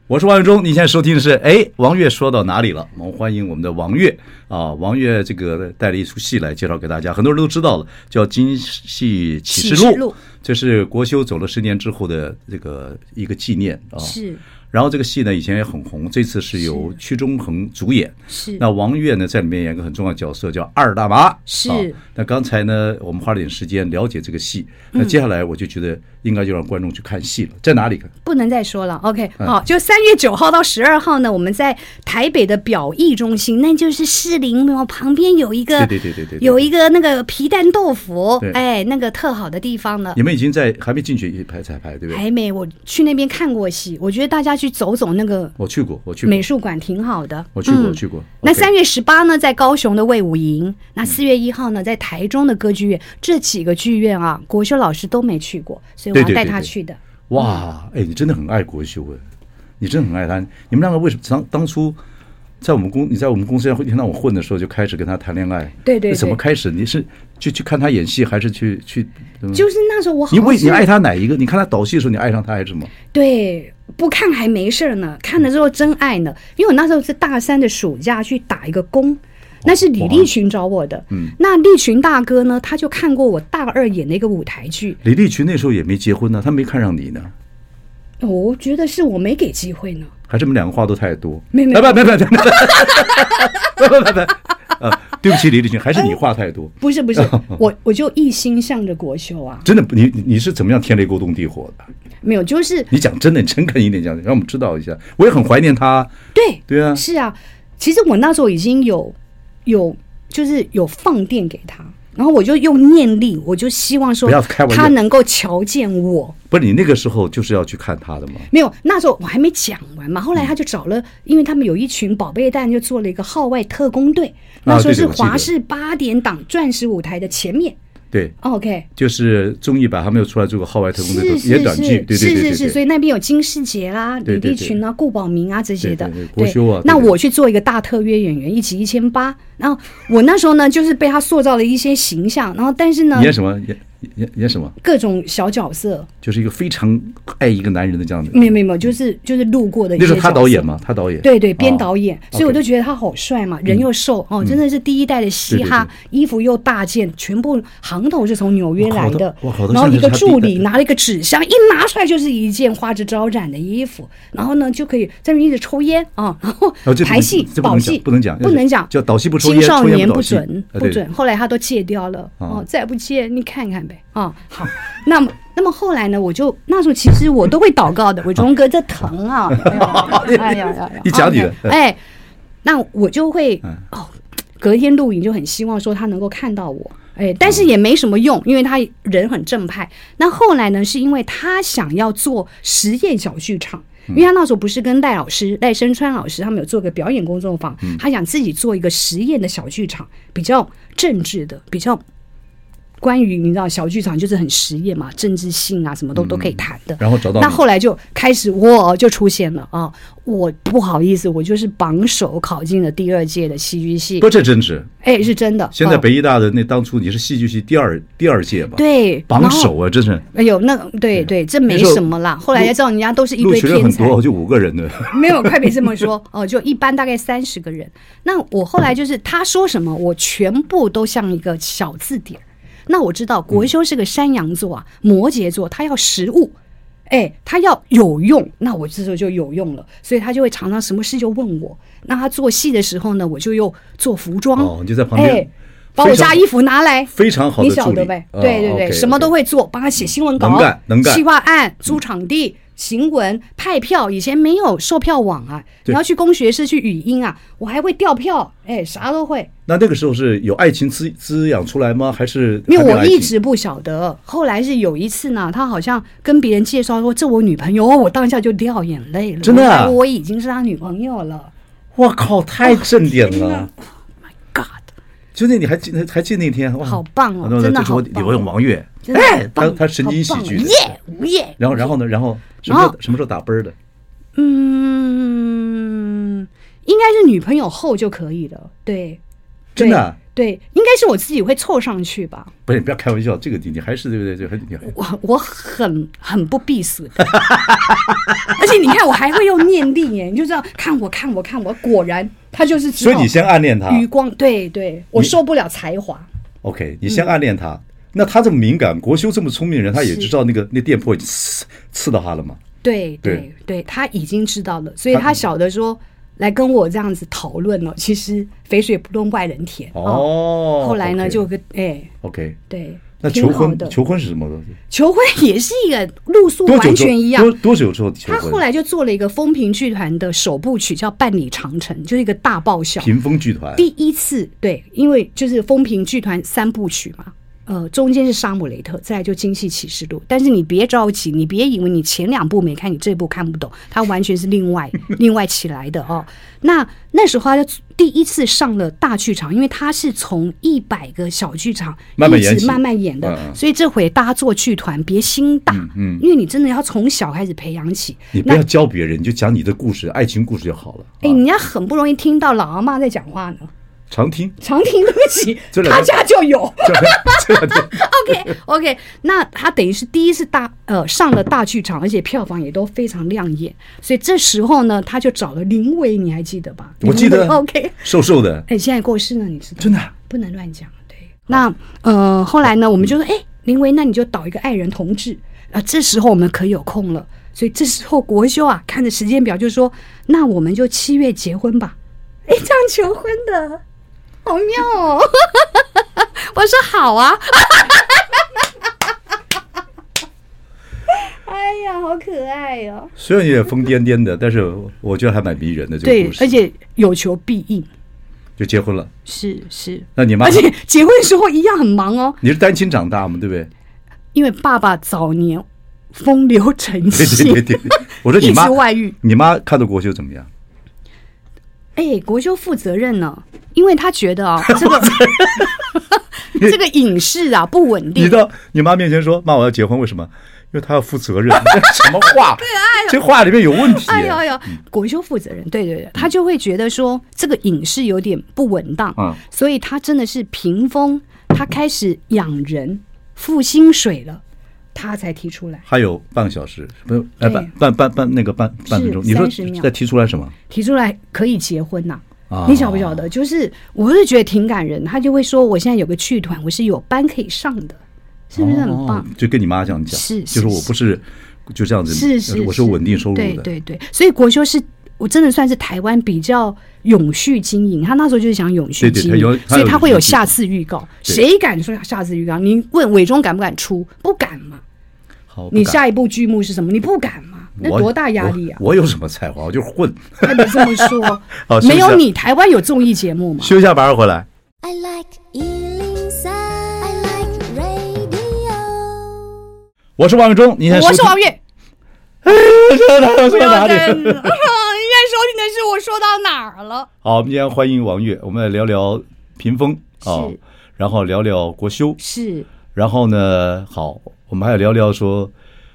Speaker 1: 我是王岳忠，你现在收听的是哎，王岳说到哪里了？我们欢迎我们的王岳啊，王岳这个带了一出戏来介绍给大家，很多人都知道了，叫《京戏启示录》，
Speaker 3: 启示录
Speaker 1: 这是国修走了十年之后的这个一个纪念啊。
Speaker 3: 是
Speaker 1: 然后这个戏呢，以前也很红，这次是由屈中恒主演。
Speaker 3: 是
Speaker 1: 那王岳呢，在里面演个很重要的角色，叫二大妈。
Speaker 3: 是
Speaker 1: 啊那刚才呢，我们花了点时间了解这个戏。
Speaker 3: 嗯
Speaker 1: 那接下来我就觉得应该就让观众去看戏了，在哪里看？
Speaker 3: 不能再说了。OK，好，
Speaker 1: 嗯
Speaker 3: 就三月九号到十二号呢，我们在台北的表艺中心，那就是士林庙旁边有一个，
Speaker 1: 对对对对对对
Speaker 3: 有一个那个皮蛋豆腐
Speaker 1: 对，
Speaker 3: 哎，那个特好的地方呢
Speaker 1: 你。们已经在还没进去一排彩排，对不对？
Speaker 3: 还没，我去那边看过戏，我觉得大家去走走那个
Speaker 1: 我去过，我去过
Speaker 3: 美，术馆挺好的。
Speaker 1: 我去过，我
Speaker 3: 嗯
Speaker 1: 去过。
Speaker 3: 那
Speaker 1: OK 嗯
Speaker 3: 三月十八呢，在高雄的魏武营；那四月一号呢，在台中的歌剧院。这几个剧院啊，国修老师都没去过，所以我
Speaker 1: 对
Speaker 3: 要
Speaker 1: 对
Speaker 3: 带
Speaker 1: 对
Speaker 3: 他
Speaker 1: 对
Speaker 3: 去的。
Speaker 1: 哇，哎，你真的很爱国修哎，你真的很爱他。你们两个为什么当当初在我们公你在我们公司要会听到我混的时候就开始跟他谈恋爱？
Speaker 3: 对对对
Speaker 1: 那怎么开始？你是去去看他演戏，还是去去？嗯
Speaker 3: 就是那时候我好
Speaker 1: 你
Speaker 3: 啊
Speaker 1: 为
Speaker 3: 像是
Speaker 1: 你爱他哪一个？你看他导戏的时候，你爱上他还是什么？
Speaker 3: 对，不看还没事儿呢，看了之后真爱呢。因为我那时候是大三的暑假去打一个工，那是李立群找我的。
Speaker 1: 嗯，
Speaker 3: 那立群大哥呢，他就看过我大二演的一个舞台剧，
Speaker 1: 李立群那时候也没结婚呢，他没看上你呢，
Speaker 3: 哦我觉得是我没给机会呢。
Speaker 1: 还是你们两个话都太多？
Speaker 3: 没没
Speaker 1: 哎不不不不不不不不不，呃，对不起，李立群，还是你话太多。
Speaker 3: 不 是不是，我我就一心向着国秀啊，
Speaker 1: 真的，你你你是怎么样天雷勾动地火的？
Speaker 3: 没有，就是
Speaker 1: 你讲真的，你诚恳一点讲，让我们知道一下。我也很怀念他，
Speaker 3: 对
Speaker 1: 对啊，
Speaker 3: 是啊，其实我那时候已经有有就是有放电给他，然后我就用念力，我就希望说
Speaker 1: 不要开玩笑
Speaker 3: 他能够瞧见我。
Speaker 1: 不是你那个时候就是要去看他的嘛？
Speaker 3: 没有，那时候我还没讲完
Speaker 1: 嗯
Speaker 3: 嘛。后来他就找了，因为他们有一群宝贝蛋，就做了一个号外特工队。那时候
Speaker 1: 啊对对
Speaker 3: 是
Speaker 1: 我记得哦
Speaker 3: 华视八点档钻石舞台的前面。哦
Speaker 1: 对，
Speaker 3: OK，
Speaker 1: 就是综艺版还没有出来，做个号外特工队
Speaker 3: 是
Speaker 1: 都
Speaker 3: 是
Speaker 1: 演短剧，对
Speaker 3: 是
Speaker 1: 对
Speaker 3: 是
Speaker 1: 对
Speaker 3: 是是，
Speaker 1: 对
Speaker 3: 所
Speaker 1: 对。
Speaker 3: 以那边有金世杰啦、李
Speaker 1: 对对
Speaker 3: 立群啊、顾宝明啊这些的
Speaker 1: 对对对。国修啊对
Speaker 3: 那
Speaker 1: 对
Speaker 3: 我去做一个大特约演员，一集一千八。然后我那时候呢，就是被他塑造了一些形象，然后但是呢
Speaker 1: 演，什么演演演什么？
Speaker 3: 各种小角色，
Speaker 1: 就是一个非常爱一个男人的这样的。
Speaker 3: 没有没有没有，就是就是路过的一
Speaker 1: 那
Speaker 3: 些
Speaker 1: 时
Speaker 3: 角
Speaker 1: 候他
Speaker 3: 色。
Speaker 1: 导演嘛，他导演。嗯
Speaker 3: 对对，编
Speaker 1: 哦
Speaker 3: 导演，所以我就觉得他好帅嘛，人又瘦哦，真的是第一代的嘻哈，衣服又大件，全部行头是从纽约来的
Speaker 1: 我靠他我靠他，
Speaker 3: 然后一
Speaker 1: 真
Speaker 3: 个
Speaker 1: 的是他第一代
Speaker 3: 助理拿了一个纸箱，一拿出来就是一件花枝招展的衣服，然后呢就可以在那边一直抽烟啊，然后
Speaker 1: 哦这不能
Speaker 3: 排戏
Speaker 1: 这、不能
Speaker 3: 保戏
Speaker 1: 讲不能讲
Speaker 3: 不能讲，
Speaker 1: 叫导戏不抽
Speaker 3: 青
Speaker 1: 烟
Speaker 3: 少
Speaker 1: 抽烟
Speaker 3: 年
Speaker 1: 不导
Speaker 3: 不
Speaker 1: 戏
Speaker 3: 准
Speaker 1: 呃
Speaker 3: 不
Speaker 1: 对
Speaker 3: 准，后来他都戒掉了
Speaker 1: 哦
Speaker 3: 哦，再不戒你看看呗啊，好， 那么。那么后来呢？我就那时候其实我都会祷告的，伟忠哥，这 疼啊！哎呀哎呀哎呀！
Speaker 1: 你讲你的
Speaker 3: OK，哎，那我就会
Speaker 1: 嗯
Speaker 3: 哦，隔天录影就很希望说他能够看到我，哎，但是也没什么用，因为他人很正派。那后来呢，是因为他想要做实验小剧场。
Speaker 1: 嗯
Speaker 3: 因为他那时候不是跟赖老师、赖声川老师他们有做个表演工作坊，
Speaker 1: 嗯
Speaker 3: 他想自己做一个实验的小剧场，比较政治的，比较关于你知道小剧场就是很实验嘛，政治性啊什么都都可以谈的。
Speaker 1: 嗯然后找到
Speaker 3: 那
Speaker 1: 你
Speaker 3: 后来就开始我哦就出现了啊！我不好意思，我就是榜首考进了第二届的戏剧系
Speaker 1: 不，，这真是。
Speaker 3: 哎，是真的。
Speaker 1: 现在
Speaker 3: 啊
Speaker 1: 北医大的那当初你是戏剧系第二第二届吧？，
Speaker 3: 哦对
Speaker 1: 榜，首啊，真是
Speaker 3: 然后哎呦，那对对，这没
Speaker 1: 那时候
Speaker 3: 什么啦。后来才知道人家都是一
Speaker 1: 录
Speaker 3: 堆
Speaker 1: 取了
Speaker 3: 天
Speaker 1: 很
Speaker 3: 才，
Speaker 1: 多，就五个人的。
Speaker 3: 没有，快别这么说哦，就一般大概三十个人。那我后来就是他说什么，我全部都像一个小字典儿。那我知道
Speaker 1: 嗯
Speaker 3: 国修是个山羊座啊，摩羯座，他要实物。哎，他要有用，那我这时候就有用了，所以他就会常常什么事就问我。那他做戏的时候呢，我就又做服装，
Speaker 1: 哦你就在旁边
Speaker 3: 哎，把我
Speaker 1: 非常
Speaker 3: 家衣服拿来，
Speaker 1: 非常好的
Speaker 3: 你晓
Speaker 1: 助
Speaker 3: 得
Speaker 1: 理
Speaker 3: 呗？
Speaker 1: 哦
Speaker 3: 对对对，
Speaker 1: OK，
Speaker 3: 什么
Speaker 1: OK
Speaker 3: 都会做，帮他写新闻稿，
Speaker 1: 能干能干
Speaker 3: 企划案、租场地、行文、派票，以前没有售票网啊，
Speaker 1: 对
Speaker 3: 你要去工学室去语音啊，我还会调票，哎，啥都会。
Speaker 1: 那那个时候是有爱情滋滋养出来吗？还是
Speaker 3: 因
Speaker 1: 还
Speaker 3: 为
Speaker 1: 没有
Speaker 3: 我
Speaker 1: 爱情
Speaker 3: 一直不晓得，后来是有一次呢，他好像跟别人介绍说这我女朋友，我当下就掉眼泪了，
Speaker 1: 真的啊
Speaker 3: 我以为我已经是他女朋友了
Speaker 1: 我靠，
Speaker 3: 啊
Speaker 1: 太正点了！
Speaker 3: Oh ，God，
Speaker 1: 就那你还记得还记得那天哇，
Speaker 3: 好棒哦
Speaker 1: 然后呢
Speaker 3: 真的
Speaker 1: 就说
Speaker 3: 好棒
Speaker 1: 有用王岳，
Speaker 3: 真的很
Speaker 1: 他
Speaker 3: 棒
Speaker 1: 哎他神经喜剧
Speaker 3: 好
Speaker 1: 的
Speaker 3: 棒，耶耶，
Speaker 1: 然后然后呢，然后什么时
Speaker 3: 然
Speaker 1: 候
Speaker 3: 后
Speaker 1: 什么时候打啵儿的？
Speaker 3: 嗯，应该是女朋友后就可以了。对，
Speaker 1: 真的啊
Speaker 3: 对，对应该是我自己会凑上去吧。
Speaker 1: 不是，你不要开玩笑，这个你你还是对不对？就很你还
Speaker 3: 我我很很不必死的， 而且你看我还会用念力耶，你就知道看我看我看我，果然他就是知
Speaker 1: 所
Speaker 3: 道
Speaker 1: 以你啊先暗恋他
Speaker 3: 余光，对对，我受不了才华，嗯
Speaker 1: ，OK，你先暗恋他。那他这么敏感，国修这么聪明的人，他也知道那个那电波已经刺刺到他了嘛？
Speaker 3: 对
Speaker 1: 对
Speaker 3: 对对，他已经知道了，所以他晓得说来跟我这样子讨论了，其实肥水不落外人田哦
Speaker 1: 哦，
Speaker 3: 后来呢，
Speaker 1: OK
Speaker 3: 就跟哎
Speaker 1: OK。
Speaker 3: 对，
Speaker 1: 那求
Speaker 3: 挺好
Speaker 1: 婚
Speaker 3: 的，
Speaker 1: 求婚是什么东西？
Speaker 3: 求婚也是一个路数
Speaker 1: 多久
Speaker 3: 完
Speaker 1: 之
Speaker 3: 全一样
Speaker 1: 后？多多久之后求
Speaker 3: 他
Speaker 1: 婚？
Speaker 3: 后来就做了一个风评剧团的首部曲，叫《伴你长城》，就是一个大爆 笑。
Speaker 1: 屏风剧团
Speaker 3: 第一次对，因为就是风评剧团三部曲嘛，呃，中间是《沙姆雷特》，再来就《惊喜启示录》。但是你别着急，你别以为你前两部没看，你这部看不懂，它完全是另外 另外起来的哦。那那时候他就第一次上了大剧场，因为他是从一百个小剧场
Speaker 1: 慢慢
Speaker 3: 一
Speaker 1: 演
Speaker 3: 直
Speaker 1: 起
Speaker 3: 慢慢演的，
Speaker 1: 嗯嗯
Speaker 3: 所以这回大家做剧团别心大，
Speaker 1: 嗯
Speaker 3: 因为你真的要从小开始培养起。
Speaker 1: 你不
Speaker 3: 那
Speaker 1: 要教别人，你就讲你的故事，爱情故事就好了。
Speaker 3: 哎，
Speaker 1: 啊
Speaker 3: 人家很不容易听到老阿妈在讲话呢。
Speaker 1: 常听
Speaker 3: 常听，对不起
Speaker 1: 这，两
Speaker 3: 他
Speaker 1: 个
Speaker 3: 家就有。
Speaker 1: 这这两 天
Speaker 3: OK OK，那他等于是第一次大呃上了大剧场，而且票房也都非常亮眼，所以这时候呢，他就找了林伟，你还记得吧？
Speaker 1: 我记得
Speaker 3: 林伟 OK，
Speaker 1: 瘦瘦的，
Speaker 3: 哎，现在过世了，你知道吗？
Speaker 1: 真的啊
Speaker 3: 不能乱讲。对，那呃后来呢，我们就说，哎，林维，那你就导一个爱人同志啊、这时候我们可有空了，所以这时候国修啊看着时间表就说，那我们就七月结婚吧。哎，这样求婚的，好妙哦！我说好啊。哎呀，好可爱哦！
Speaker 1: 虽然有点疯癫癫的，但是我觉得还蛮迷人的这个
Speaker 3: 对
Speaker 1: 故，事。
Speaker 3: 而且有求必应，
Speaker 1: 就结婚了。
Speaker 3: 是是，
Speaker 1: 那你妈
Speaker 3: 而，且结婚的时候一样很忙哦。
Speaker 1: 你是单亲长大嘛？对不 对？
Speaker 3: 因为爸爸早年风流成
Speaker 1: 对
Speaker 3: 性，
Speaker 1: 对对对。对我说你
Speaker 3: 一
Speaker 1: 妈
Speaker 3: 直外遇，
Speaker 1: 你妈看到国秀怎么样？
Speaker 3: 哎，国修负责任呢，因为他觉得啊、这个 这个影视啊不稳
Speaker 1: 你
Speaker 3: 定，
Speaker 1: 到你妈面前说：“妈，我要结婚，为什么？因为她要负责任。” 什么 话？这话里面有问题。
Speaker 3: 啊哎哎呦哎呦，
Speaker 1: 嗯
Speaker 3: 国修负责任，对对对，他就会觉得说这个影视有点不稳当，
Speaker 1: 嗯
Speaker 3: 所以他真的是屏风，他开始养人付薪水了，他才提出来，
Speaker 1: 还有半个小时，不是？哎，
Speaker 3: 对
Speaker 1: 半半半半那个半半分钟。
Speaker 3: 是
Speaker 1: 你说
Speaker 3: 30秒
Speaker 1: 再提出来什么？
Speaker 3: 提出来可以结婚呐、
Speaker 1: 啊
Speaker 3: 你晓不晓得？就是我是觉得挺感人，他就会说我现在有个剧团，我是有班可以上的，是不是很棒？
Speaker 1: 哦就跟你妈这样讲，
Speaker 3: 嗯是
Speaker 1: 就是是我不是就这样子，
Speaker 3: 是是，
Speaker 1: 我是有稳定收入
Speaker 3: 对
Speaker 1: 的，
Speaker 3: 对对，所以国修是我真的算是台湾比较永续经营，他那时候就是想永续
Speaker 1: 对对
Speaker 3: 经
Speaker 1: 他
Speaker 3: 营，
Speaker 1: 有他
Speaker 3: 所以
Speaker 1: 有
Speaker 3: 他会
Speaker 1: 永
Speaker 3: 有
Speaker 1: 续
Speaker 3: 下次预告，
Speaker 1: 对
Speaker 3: 谁敢说下次预告？你问伟忠敢不敢出？不敢嘛？
Speaker 1: 好，
Speaker 3: 你
Speaker 1: 不敢
Speaker 3: 下一步剧目是什么？你不敢嘛？那
Speaker 1: 我
Speaker 3: 多大压力啊！
Speaker 1: 我我有什么才华？我就混。
Speaker 3: 那你这么说
Speaker 1: 好，休息
Speaker 3: 没
Speaker 1: 一
Speaker 3: 有
Speaker 1: 下
Speaker 3: 你，台湾有综艺节目吗？
Speaker 1: 休一下，马上回来。
Speaker 2: I like Ealing Sound. I like radio.
Speaker 1: 我是王永忠，您现在
Speaker 3: 我是王
Speaker 1: 永，
Speaker 3: 月，
Speaker 1: 我
Speaker 3: 不
Speaker 1: 说哪
Speaker 3: 要
Speaker 1: 里
Speaker 3: 再 你在收听的是我说到哪儿了？
Speaker 1: 好，我们今天欢迎王月，我们来聊聊屏风啊
Speaker 3: 是，
Speaker 1: 然后聊聊国修，
Speaker 3: 是
Speaker 1: 然后呢，好，我们还要聊聊说。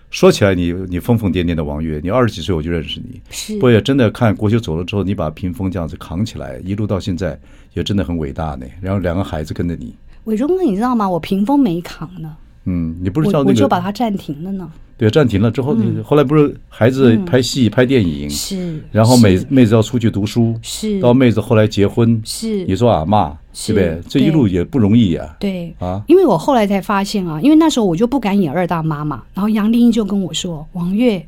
Speaker 1: 说起来你，你疯疯癫癫的王月，你二十几岁我就认识你，
Speaker 3: 是
Speaker 1: 不过也真的看国修走了之后，你把屏风这样子扛起来，一路到现在也真的很伟大呢。然后两个孩子跟着你，
Speaker 3: 伟忠哥，你知道吗？我屏风没扛呢。
Speaker 1: 嗯，你不是叫
Speaker 3: 我
Speaker 1: 那个
Speaker 3: 我就把它暂停了呢。
Speaker 1: 对，暂停了之后，你后来不是孩子拍戏、拍电影，
Speaker 3: 嗯是
Speaker 1: 嗯然后妹妹子要出去读书，
Speaker 3: 是
Speaker 1: 到妹子后来结婚，
Speaker 3: 是
Speaker 1: 你做阿嬷，对
Speaker 3: 是
Speaker 1: 不对？这
Speaker 3: 对
Speaker 1: 一路也不容易呀、
Speaker 3: 对
Speaker 1: 啊
Speaker 3: 因为我后来才发现啊，因为那时候我就不敢演二大妈嘛，然后杨丽英就跟我说：“王月，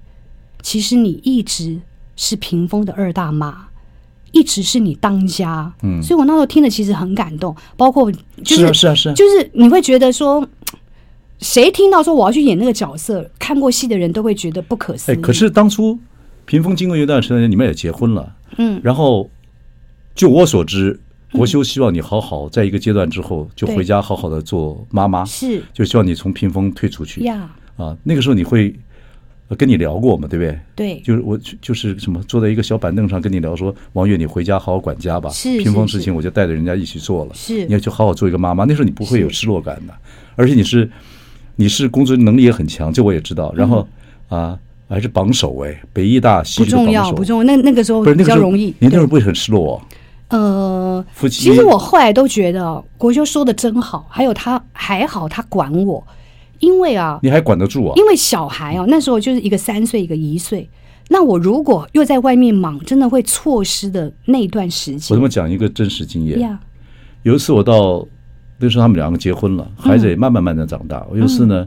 Speaker 3: 其实你一直是屏风的二大妈。”一直是你当家，嗯，所以我那时候听了其实很感动，包括就是
Speaker 1: 是啊是啊是啊
Speaker 3: 就是你会觉得说，谁听到说我要去演那个角色，看过戏的人都会觉得不可思
Speaker 1: 哎，
Speaker 3: 议。
Speaker 1: 可是当初屏风经过一段时间，你们也结婚了，
Speaker 3: 嗯，
Speaker 1: 然后就我所知，国修希望你好好在一个阶段之后就
Speaker 3: 对
Speaker 1: 回家好好的做妈妈，
Speaker 3: 是
Speaker 1: 就希望你从屏风退出去
Speaker 3: 呀，
Speaker 1: 啊。那个时候你会呃跟你聊过嘛，对不对？
Speaker 3: 对，
Speaker 1: 就是我就就是什么坐在一个小板凳上跟你聊说，王月你回家好好管家吧，
Speaker 3: 是
Speaker 1: 屏风
Speaker 3: 是
Speaker 1: 事情我就带着人家一起做了，
Speaker 3: 是
Speaker 1: 你要去好好做一个妈妈，那时候你不会有失落感的，而且你是你是工作能力也很强，这我也知道，然后啊。还是榜首哎，北艺大戏
Speaker 3: 嗯不
Speaker 1: 剧的
Speaker 3: 重要，
Speaker 1: 榜
Speaker 3: 不
Speaker 1: 首。
Speaker 3: 重要。那那个时候
Speaker 1: 不是
Speaker 3: 比
Speaker 1: 那个
Speaker 3: 较
Speaker 1: 时候
Speaker 3: 容易。
Speaker 1: 您那时候不会很失落、哦？
Speaker 3: 呃，
Speaker 1: 夫妻
Speaker 3: 其实我后来都觉得国修说的真好，还有他还好他管我，因为啊，
Speaker 1: 你还管得住啊？
Speaker 3: 因为小孩哦，那时候就是一个三岁，一个一岁。那我如果又在外面忙，真的会错失的那一段时
Speaker 1: 我
Speaker 3: 间
Speaker 1: 这么讲一个真实经验。
Speaker 3: 呀。
Speaker 1: 有一次我到那时候他们两个结婚了，
Speaker 3: 嗯
Speaker 1: 孩子也慢慢慢的长大。有一次呢，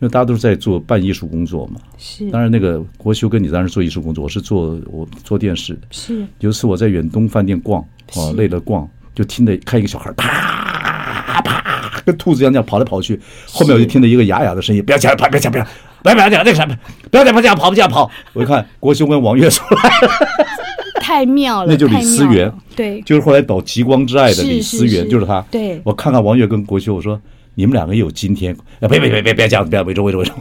Speaker 1: 因为大家都是在做办艺术工作嘛，
Speaker 3: 是
Speaker 1: 当然那个国修跟你当然是做艺术工作，我是做我做电视的。
Speaker 3: 是，
Speaker 1: 有一次我在远东饭店逛，哦，
Speaker 3: 是
Speaker 1: 累了逛，就听着看一个小孩啪啪跟兔子一样这样跑来跑去，后面我就听到一个哑哑的声音：“不要讲，不要不要讲，不要不要不要讲那个啥，不要讲，不要讲，跑不讲跑。”我一看国修跟王月出来，
Speaker 3: 太妙了，
Speaker 1: 那就
Speaker 3: 太
Speaker 1: 李思
Speaker 3: 妙
Speaker 1: 源
Speaker 3: 了对，
Speaker 1: 就是后来导《极光之爱》的
Speaker 3: 是
Speaker 1: 李
Speaker 3: 是
Speaker 1: 思源，
Speaker 3: 是
Speaker 1: 就是他。
Speaker 3: 对
Speaker 1: 我看看王月跟国修，我说你们两个也有今天，啊，别别别别别这样，不要围着围着围着。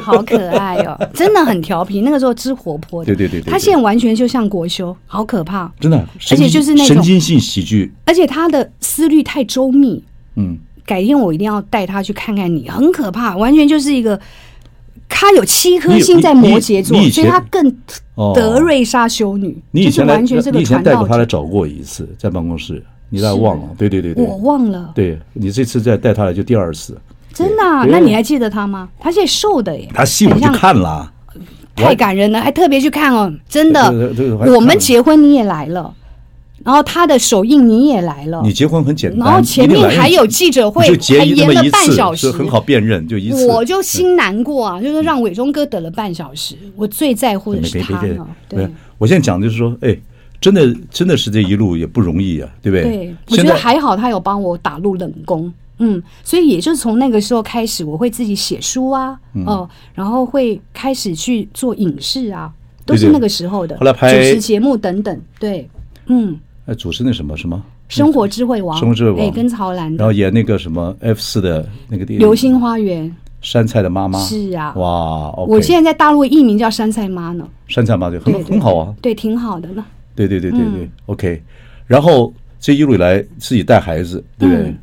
Speaker 3: 好可爱 哦，真的很调皮。那个时候之活泼的，
Speaker 1: 对对对对对
Speaker 3: 他现在完全就像国修，好可怕。
Speaker 1: 真的，神经
Speaker 3: 而且就是那种
Speaker 1: 神经性喜剧，
Speaker 3: 而且他的思虑太周密，
Speaker 1: 嗯，
Speaker 3: 改天我一定要带他去看看你，很可怕，完全就是一个。他有七颗星在摩羯座
Speaker 1: 你你，以前
Speaker 3: 所以他更
Speaker 1: 哦
Speaker 3: 德瑞莎修女，
Speaker 1: 你以前
Speaker 3: 就是
Speaker 1: 来，
Speaker 3: 完全是
Speaker 1: 你
Speaker 3: 个
Speaker 1: 以前
Speaker 3: 传
Speaker 1: 带过他
Speaker 3: 道
Speaker 1: 来
Speaker 3: 者。
Speaker 1: 找过我一次，在办公室，你大概忘了，对对对对，
Speaker 3: 我忘了，
Speaker 1: 对你这次再带他来就第二次，
Speaker 3: 真的啊、
Speaker 1: 对
Speaker 3: 那你还记得他吗？他现在瘦的耶，
Speaker 1: 他戏我
Speaker 3: 很
Speaker 1: 去
Speaker 3: 像
Speaker 1: 看了，
Speaker 3: 太感人了，还特别去看哦，真的
Speaker 1: 对对对对我还。
Speaker 3: 我们
Speaker 1: 看
Speaker 3: 结婚你也来了，然后他的首映你也来了
Speaker 1: 你，结婚很简单，
Speaker 3: 哦然后前面
Speaker 1: 一定来
Speaker 3: 还有记者会，
Speaker 1: 你就结
Speaker 3: 还
Speaker 1: 一那
Speaker 3: 延
Speaker 1: 么
Speaker 3: 了
Speaker 1: 一
Speaker 3: 半
Speaker 1: 次，
Speaker 3: 小时，
Speaker 1: 是很好辨认，就一次。嗯
Speaker 3: 我就心难过啊，就是让伟忠哥等了半小时，我最在乎
Speaker 1: 别
Speaker 3: 的
Speaker 1: 别
Speaker 3: 是
Speaker 1: 别
Speaker 3: 他
Speaker 1: 别
Speaker 3: 呢，，
Speaker 1: 不
Speaker 3: 对
Speaker 1: 是我现在讲就是说，哎，真的真的是这一路也不容易啊，对不
Speaker 3: 对，我觉
Speaker 1: 现
Speaker 3: 得
Speaker 1: 在
Speaker 3: 还好他有帮我打入冷宫。嗯，所以也就是从那个时候开始，我会自己写书啊，
Speaker 1: 嗯
Speaker 3: 哦、然后会开始去做影视啊，都
Speaker 1: 对
Speaker 3: 是
Speaker 1: 对
Speaker 3: 那个时候的。
Speaker 1: 后来拍
Speaker 3: 主持节目等等，对，嗯，
Speaker 1: 哎主持那什么什么，
Speaker 3: 生活智慧王，
Speaker 1: 生活智慧王
Speaker 3: 哎，跟曹兰
Speaker 1: 然
Speaker 3: 的
Speaker 1: 后
Speaker 3: 《
Speaker 1: 演那个什么 F 四的那个电影
Speaker 3: 流星花园
Speaker 1: 山菜的妈妈
Speaker 3: 是啊
Speaker 1: 哇，OK，
Speaker 3: 我现在在大陆艺名叫山菜妈呢，
Speaker 1: 山菜妈就
Speaker 3: 对
Speaker 1: 很
Speaker 3: 对
Speaker 1: 很好啊，
Speaker 3: 对，挺好的呢。
Speaker 1: 对对对对对、o
Speaker 3: 嗯
Speaker 1: k 然后这一路以来自己带孩子，对不对？
Speaker 3: 嗯啊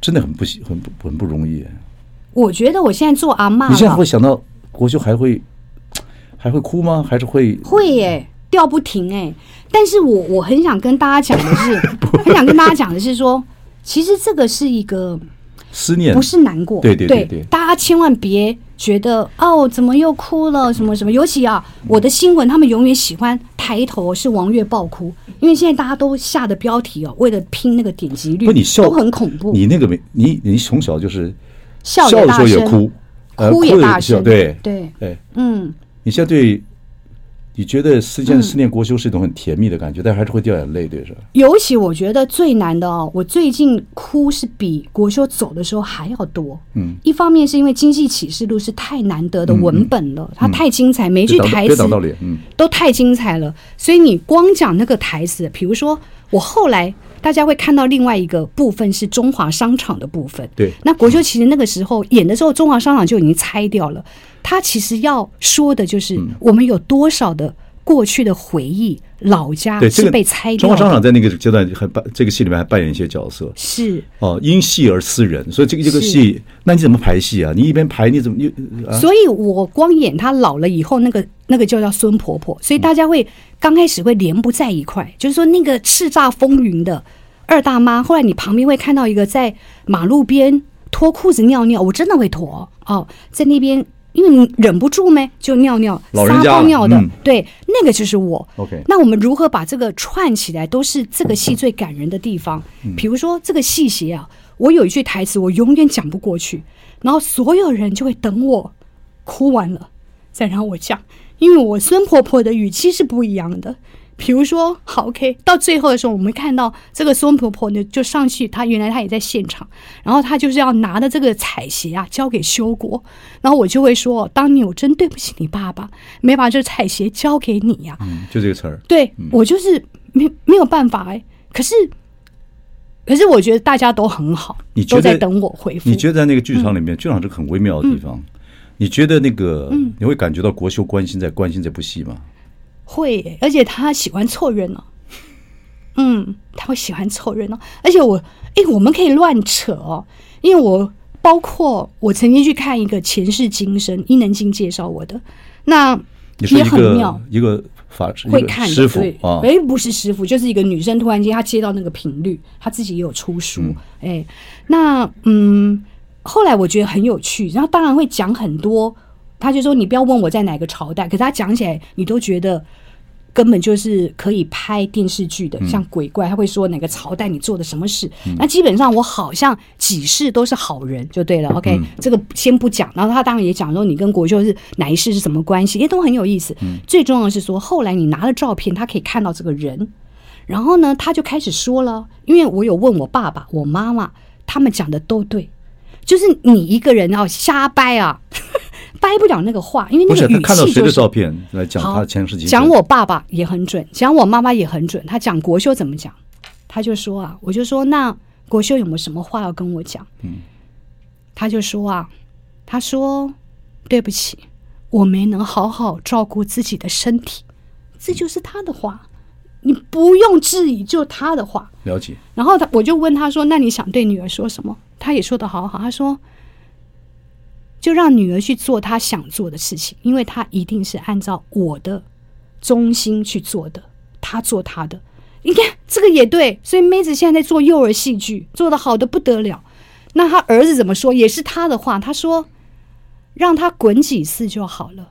Speaker 1: 真的很不喜很不很不容易。
Speaker 3: 我觉得我现在做阿妈
Speaker 1: 你现在会
Speaker 3: 了，
Speaker 1: 想到国修还会还会哭吗？还是会
Speaker 3: 会耶、掉不停哎、但是我我很想跟大家讲的是， 很想跟大家讲的是说，其实这个是一个
Speaker 1: 思念？
Speaker 3: 不是难过，
Speaker 1: 对对对对
Speaker 3: 大家千万别觉得哦，怎么又哭了什么什么，尤其啊，我的新闻他们永远喜欢抬头是王月爆哭，因为现在大家都下的标题哦，为了拼那个点击率，
Speaker 1: 不，你笑
Speaker 3: 都很恐怖，
Speaker 1: 你那个没你你从小就是
Speaker 3: 笑
Speaker 1: 的
Speaker 3: 也
Speaker 1: 时
Speaker 3: 大
Speaker 1: 候也
Speaker 3: 声，
Speaker 1: 哭，呃
Speaker 3: 哭也大
Speaker 1: 笑
Speaker 3: 声，
Speaker 1: 对
Speaker 3: 对，
Speaker 1: 对。
Speaker 3: 嗯，
Speaker 1: 哎你现在对你觉得思念思念国修是一种很甜蜜的感觉，但还是会掉眼泪，对是吧？
Speaker 3: 尤其我觉得最难的哦，我最近哭是比国修走的时候还要多。
Speaker 1: 嗯，
Speaker 3: 一方面是因为《经济启示录》是太难得的文本了，它太精彩，每一句
Speaker 1: 别挡
Speaker 3: 台
Speaker 1: 嗯别
Speaker 3: 词
Speaker 1: 挡道理，嗯，
Speaker 3: 都太精彩了。所以你光讲那个台词，比如说我后来大家会看到另外一个部分是中华商场的部分。
Speaker 1: 对
Speaker 3: 那国修其实那个时候演的时候，中华商场就已经拆掉了。他其实要说的就是
Speaker 1: 嗯
Speaker 3: 我们有多少的过去的回忆，老家
Speaker 1: 对，这
Speaker 3: 啊是
Speaker 1: 个
Speaker 3: 被拆
Speaker 1: 中
Speaker 3: 掉
Speaker 1: 华商
Speaker 3: 的。
Speaker 1: 场在那个阶段还扮这个戏里面还扮演一些角色，
Speaker 3: 是，
Speaker 1: 哦，因戏而思人，所以这个这个
Speaker 3: 是
Speaker 1: 戏，那你怎么排戏啊？你一边排你怎么又啊？
Speaker 3: 所以我光演她老了以后，那个那个就叫孙婆婆，所以大家会刚开始会连不在一块，就是说那个叱咤风云的二大妈，后来你旁边会看到一个在马路边脱裤子尿尿，我真的会脱哦，在那边因为你忍不住咩，就尿尿
Speaker 1: 老人
Speaker 3: 撒
Speaker 1: 家
Speaker 3: 泡
Speaker 1: 了
Speaker 3: 尿的，
Speaker 1: 嗯
Speaker 3: 对，那个就是我。
Speaker 1: OK
Speaker 3: 那我们如何把这个串起来，都是这个戏最感人的地方。
Speaker 1: 嗯
Speaker 3: 比如说这个戏鞋啊，我有一句台词我永远讲不过去，然后所有人就会等我哭完了，再让我讲，因为我孙婆婆的语气是不一样的。比如说，好，OK，到最后的时候，我们看到这个孙婆婆呢，就上去，她原来她也在现场，然后她就是要拿着这个彩鞋啊，交给修国，然后我就会说，当年我真对不起你爸爸，没把这彩鞋交给你呀、
Speaker 1: 嗯就这个词儿，
Speaker 3: 对、我就是没没有办法哎、可是，可是我觉得大家都很好，
Speaker 1: 你觉
Speaker 3: 都
Speaker 1: 得
Speaker 3: 在等我回复。
Speaker 1: 你觉得在那个剧场里面，剧场是个很微妙的地
Speaker 3: 嗯
Speaker 1: 方，你觉得那个你会感觉到国修关心在关心这部戏吗？
Speaker 3: 会耶，而且他喜欢凑热闹。嗯，他会喜欢凑热闹，而且我，哎，我们可以乱扯哦，因为我包括我曾经去看一个前世今生，伊能静介绍我的，那
Speaker 1: 你是
Speaker 3: 也
Speaker 1: 一
Speaker 3: 很
Speaker 1: 个
Speaker 3: 妙
Speaker 1: 一个法师，一
Speaker 3: 会
Speaker 1: 个
Speaker 3: 看的
Speaker 1: 师傅
Speaker 3: 对
Speaker 1: 啊，
Speaker 3: 哎，不是师傅，就是一个女生，突然间她接到那个频率，她自己也有出书，
Speaker 1: 嗯
Speaker 3: 哎，那嗯，后来我觉得很有趣，然后当然会讲很多，他就说你不要问我在哪个朝代，可是他讲起来，你都觉得。根本就是可以拍电视剧的，像鬼怪，他会说哪个朝代你做的什么事。那基本上我好像几世都是好人就对了。OK，、这个先不讲。然后他当然也讲说你跟国舅是哪一世是什么关系，也都很有意思。最重要的是说，后来你拿了照片，他可以看到这个人。然后呢，他就开始说了，因为我有问我爸爸、我妈妈，他们讲的都对，就是你一个人要瞎掰啊， 掰不了那个话，因为
Speaker 1: 不
Speaker 3: 那
Speaker 1: 是
Speaker 3: 个
Speaker 1: 他
Speaker 3: 语气
Speaker 1: 看到谁
Speaker 3: 就
Speaker 1: 的
Speaker 3: 是
Speaker 1: 照片来讲
Speaker 3: 好
Speaker 1: 他前世今生
Speaker 3: 讲我爸爸也很准，讲我妈妈也很准。他讲国秀怎么讲，他就说啊，我就说那国秀有没有什么话要跟我讲？嗯，他就说啊，他说对不起，我没能好好照顾自己的身体，这就是他的话，你不用质疑，就他的话。
Speaker 1: 了解，
Speaker 3: 然后他我就问他说：“那你想对女儿说什么？”他也说的好好，他说：“就让女儿去做她想做的事情，因为她一定是按照我的中心去做的，她做她的。你看这个也对，所以妹子现在在做幼儿戏剧，做的好的不得了。那他儿子怎么说？也是他的话，他说：让他滚几次就好了。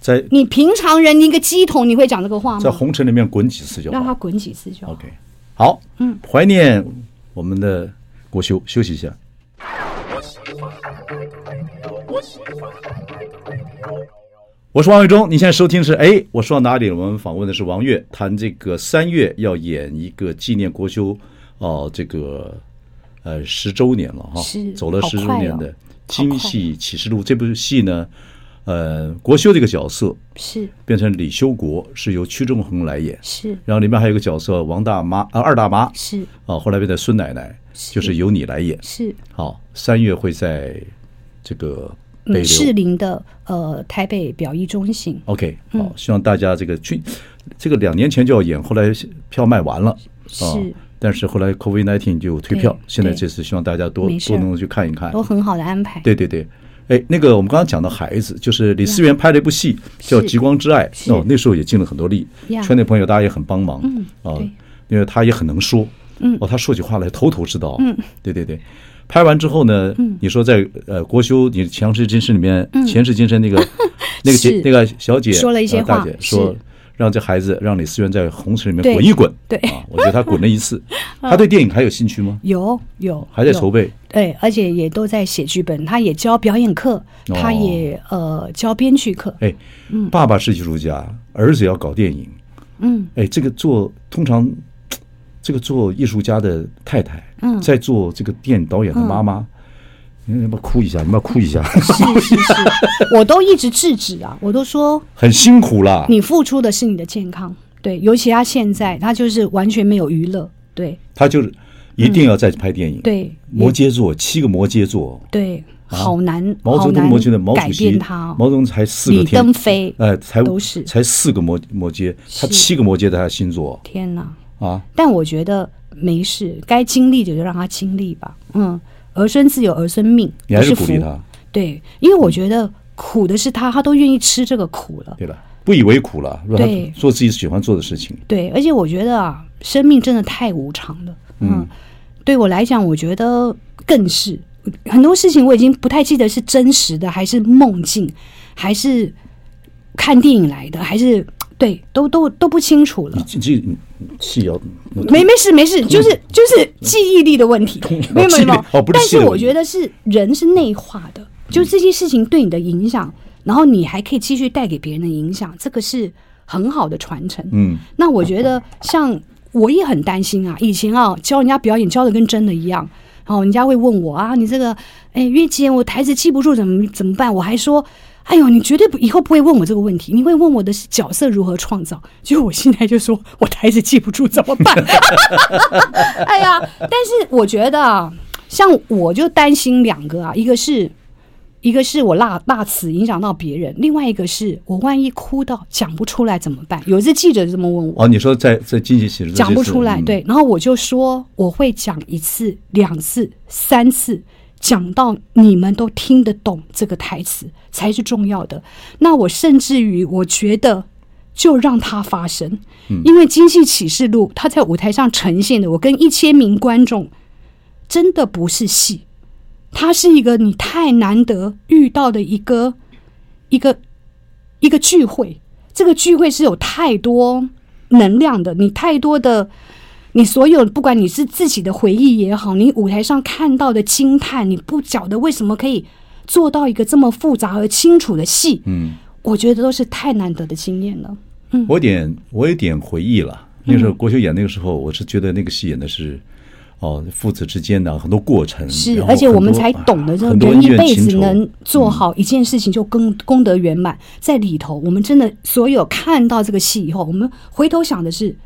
Speaker 1: 在
Speaker 3: 你平常人，你一个鸡桶，你会讲这个话
Speaker 1: 在
Speaker 3: 吗？
Speaker 1: 红尘里面滚几次就
Speaker 3: 让
Speaker 1: 好
Speaker 3: 他。滚几次就好。
Speaker 1: OK，好，嗯，怀念我们的国修，休息一下。我是王伟忠，你现在收听是哎，我说到哪里了？我们访问的是王悦，谈这个三月要演一个纪念国修哦、这个呃十周年了哈，
Speaker 3: 是
Speaker 1: 走了
Speaker 3: 好
Speaker 1: 十周
Speaker 3: 快
Speaker 1: 年
Speaker 3: 哦
Speaker 1: 的《
Speaker 3: 好
Speaker 1: 京
Speaker 3: 快
Speaker 1: 戏启示录》这部戏呢，呃，国修这个角色
Speaker 3: 是
Speaker 1: 变成李修国，是由屈中恒来演，
Speaker 3: 是
Speaker 1: 然后里面还有一个角色王大妈啊、二大妈
Speaker 3: 是
Speaker 1: 啊，后来变成孙奶奶，
Speaker 3: 是
Speaker 1: 就是由你来演。
Speaker 3: 是。
Speaker 1: 好，三月会在这个北
Speaker 3: 嗯，士
Speaker 1: 流。
Speaker 3: 林的呃台北表艺中心
Speaker 1: OK，好，
Speaker 3: 嗯
Speaker 1: 希望大家这个去，这个两年前就要演，后来票卖完了
Speaker 3: 是
Speaker 1: 啊，但是后来 COVID nineteen 就退票
Speaker 3: 对，
Speaker 1: 现在
Speaker 3: 对
Speaker 1: 这次希望大家多
Speaker 3: 没事
Speaker 1: 多能够去看一看。
Speaker 3: 都很好的安排。
Speaker 1: 哎对对对，哎，那个我们刚刚讲的孩子，就是李思源拍了一部戏叫《极光之爱》，
Speaker 3: 嗯是
Speaker 1: 哦，那时候也尽了很多力，
Speaker 3: 呀
Speaker 1: 圈内朋友大家也很帮忙，嗯啊
Speaker 3: 对，
Speaker 1: 因为他也很能说，嗯，哦，他说起话来头头是道，嗯，对对对。拍完之后呢，
Speaker 3: 嗯
Speaker 1: 你说在呃国修你前世今生里面，前世今生 那个那个姐
Speaker 3: 是
Speaker 1: 那个小姐
Speaker 3: 说了一些
Speaker 1: 呃大
Speaker 3: 话
Speaker 1: 姐说
Speaker 3: 是
Speaker 1: 让这孩子让李思源在红尘里面
Speaker 3: 对
Speaker 1: 滚一滚，
Speaker 3: 对
Speaker 1: 啊，我觉得他滚了一 次，他对电影还有兴趣吗？
Speaker 3: 有有
Speaker 1: 还在筹，
Speaker 3: 有
Speaker 1: 备，
Speaker 3: 对，而且也都在写剧本，他也教表演课，
Speaker 1: 哦
Speaker 3: 他也呃教编剧课，
Speaker 1: 哎，爸爸是艺术家，儿子要搞电影，
Speaker 3: 嗯，
Speaker 1: 哎，这个做通常，这个做艺术家的太太，
Speaker 3: 嗯
Speaker 1: 在做这个电影导演的妈妈，你要不要哭一下？你要不要哭一下？
Speaker 3: 是是是，我都一直制止啊，我都说
Speaker 1: 很辛苦啦。
Speaker 3: 你付出的是你的健康，对，尤其他现在他就是完全没有娱乐，对
Speaker 1: 他就是一定要再去拍电影。，
Speaker 3: 嗯对
Speaker 1: 摩羯座七个摩羯座，
Speaker 3: 对，好难，
Speaker 1: 啊毛
Speaker 3: 好
Speaker 1: 泽东
Speaker 3: 难
Speaker 1: 摩羯的毛
Speaker 3: 改
Speaker 1: 主席，
Speaker 3: 变他哦，
Speaker 1: 毛泽东才四个
Speaker 3: 李
Speaker 1: 天
Speaker 3: 登，辉，
Speaker 1: 哎，才
Speaker 3: 都是
Speaker 1: 才四个摩摩羯，他
Speaker 3: 是
Speaker 1: 七个摩羯在他星座
Speaker 3: 天哪！
Speaker 1: 啊。
Speaker 3: 但我觉得没事，该经历的就让他经历吧。嗯，儿孙自有儿孙命，
Speaker 1: 你还是
Speaker 3: 不
Speaker 1: 鼓
Speaker 3: 福
Speaker 1: 励他，
Speaker 3: 对，因为我觉得苦的是他，他都愿意吃这个苦了。
Speaker 1: 对吧？不以为苦了，让他
Speaker 3: 对
Speaker 1: 做自己喜欢做的事情。
Speaker 3: 对，而且我觉得啊，生命真的太无常了。嗯，对我来讲，我觉得更是很多事情我已经不太记得是真实的，还是梦境，还是看电影来的，还是对，都都都不清楚了
Speaker 1: 你。记记你气要
Speaker 3: 没没事没事，就是就是记忆力的问题
Speaker 1: 通，
Speaker 3: 没有没
Speaker 1: 记忆
Speaker 3: 有
Speaker 1: 力
Speaker 3: 没有。
Speaker 1: 哦不是
Speaker 3: 但
Speaker 1: 记忆
Speaker 3: 是
Speaker 1: 力
Speaker 3: 我觉得是人是内化的，就这些事情对你的影响，然后你还可以继续带给别人的影响，这个是很好的传承。
Speaker 1: 嗯，
Speaker 3: 那我觉得像我也很担心啊，以前啊教人家表演教的跟真的一样。然后人家会问我啊，你这个，哎，月姐，我台词记不住，怎么怎么办？我还说，哎呦，你绝对不以后不会问我这个问题，你会问我的是角色如何创造。结果我现在就说我台词记不住怎么办？ 哎呀，但是我觉得啊，像我就担心两个啊，一个是一个是我辣辣词影响到别人，另外一个是我万一哭到讲不出来怎么办？有一次记者就这么问我，
Speaker 1: 哦，你说在在经济形势嗯
Speaker 3: 讲不出来，，
Speaker 1: 这次
Speaker 3: 对，然后我就说我会讲一次、两次、三次，讲到你们都听得懂这个台词才是重要的。那我甚至于我觉得。就让它发生，因为《京戏启示录》它在舞台上呈现的，我跟一千名观众真的不是戏，它是一个你太难得遇到的一个一个一个聚会。这个聚会是有太多能量的，你太多的，你所有不管你是自己的回忆也好，你舞台上看到的惊叹，你不晓得为什么可以做到一个这么复杂而清楚的戏，嗯，我觉得都是太难得的经验了。
Speaker 1: 我有点我有点回忆了，那时
Speaker 3: 嗯
Speaker 1: 候国修演那个时候，我是觉得那个戏演的是。哦，父子之间的很多过程，
Speaker 3: 是，
Speaker 1: 然后
Speaker 3: 而且我们
Speaker 1: 很多
Speaker 3: 才懂得，就
Speaker 1: 很多
Speaker 3: 人
Speaker 1: 恩
Speaker 3: 一
Speaker 1: 怨
Speaker 3: 辈
Speaker 1: 情
Speaker 3: 子
Speaker 1: 仇
Speaker 3: 能做好一件事情就功功德圆满。在里头，我们真的所有看到这个戏以后，我们回头想的是，
Speaker 1: 就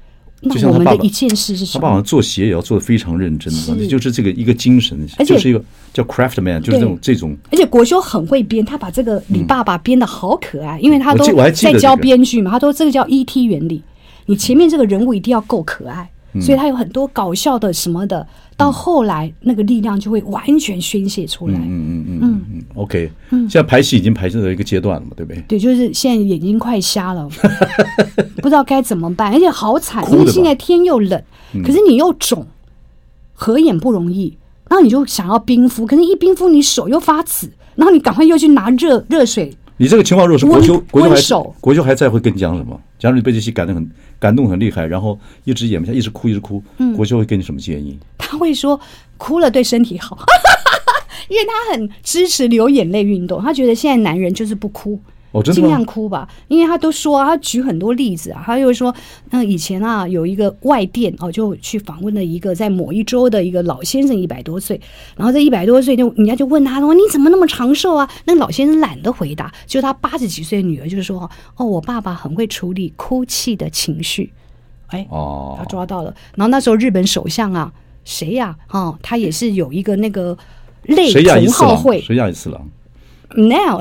Speaker 3: 那
Speaker 1: 像
Speaker 3: 我
Speaker 1: 他
Speaker 3: 们
Speaker 1: 爸
Speaker 3: 的
Speaker 1: 爸
Speaker 3: 一件事是什
Speaker 1: 他爸好
Speaker 3: 么
Speaker 1: 像？做鞋也要做的非常认真
Speaker 3: 是
Speaker 1: 的，就是这个一个精神，
Speaker 3: 而且
Speaker 1: 就是一个叫 craftman，就是这种这种。
Speaker 3: 而且国修很会编，他把这个李爸爸编的好可爱，因为他
Speaker 1: 我
Speaker 3: 都
Speaker 1: 记我还记
Speaker 3: 在
Speaker 1: 得
Speaker 3: 教
Speaker 1: 这个
Speaker 3: 编剧嘛，他说这个叫 E.T. 原理，你前面这个人物一定要够可爱，
Speaker 1: 嗯
Speaker 3: 所以他有很多搞笑的什么的，到后来那个力量就会完全宣泄出来。
Speaker 1: 嗯嗯嗯嗯，OK，现在排戏已经排进到一个阶段了嘛，对不对？
Speaker 3: 对，就是现在眼睛快 瞎了，不知道该怎么办，而且好惨，
Speaker 1: 哭的吧
Speaker 3: 因
Speaker 1: 嗯
Speaker 3: 为现在天又冷，可是你又肿，合眼不容易，然后你就想要冰敷，可是一冰敷你手又发紫，然后你赶快又去拿热热水，
Speaker 1: 你这个情况如果是国修
Speaker 3: 温，
Speaker 1: 国修
Speaker 3: 温
Speaker 1: 还
Speaker 3: 手
Speaker 1: 国修还在会跟你讲什么？假如你被这戏感动很感动很厉害，然后一直演不下，一直哭一直哭，
Speaker 3: 嗯
Speaker 1: 国修会给你什么建议？
Speaker 3: 他会说哭了对身体好， 因为他很支持流眼泪运动，他觉得现在男人就是不哭。
Speaker 1: 哦真的
Speaker 3: 尽
Speaker 1: 吗
Speaker 3: 量哭吧，因为他都说、啊，他举很多例子啊，他又说，嗯，以前啊有一个外电哦，就去访问了一个在某一州的一个老先生，一百多岁，然后这一百多岁就人家就问他说你怎么那么长寿啊？那老先生懒得回答，就他八十几岁的女儿就说，哦，我爸爸很会处理哭泣的情绪，哎，
Speaker 1: 哦
Speaker 3: 他，抓到了。然后那时候日本首相啊，谁呀、哦，他也是有一个那个类
Speaker 1: 谁压一
Speaker 3: 同
Speaker 1: 次
Speaker 3: 好
Speaker 1: 郎？
Speaker 3: 会
Speaker 1: 谁压一次郎？
Speaker 3: ，now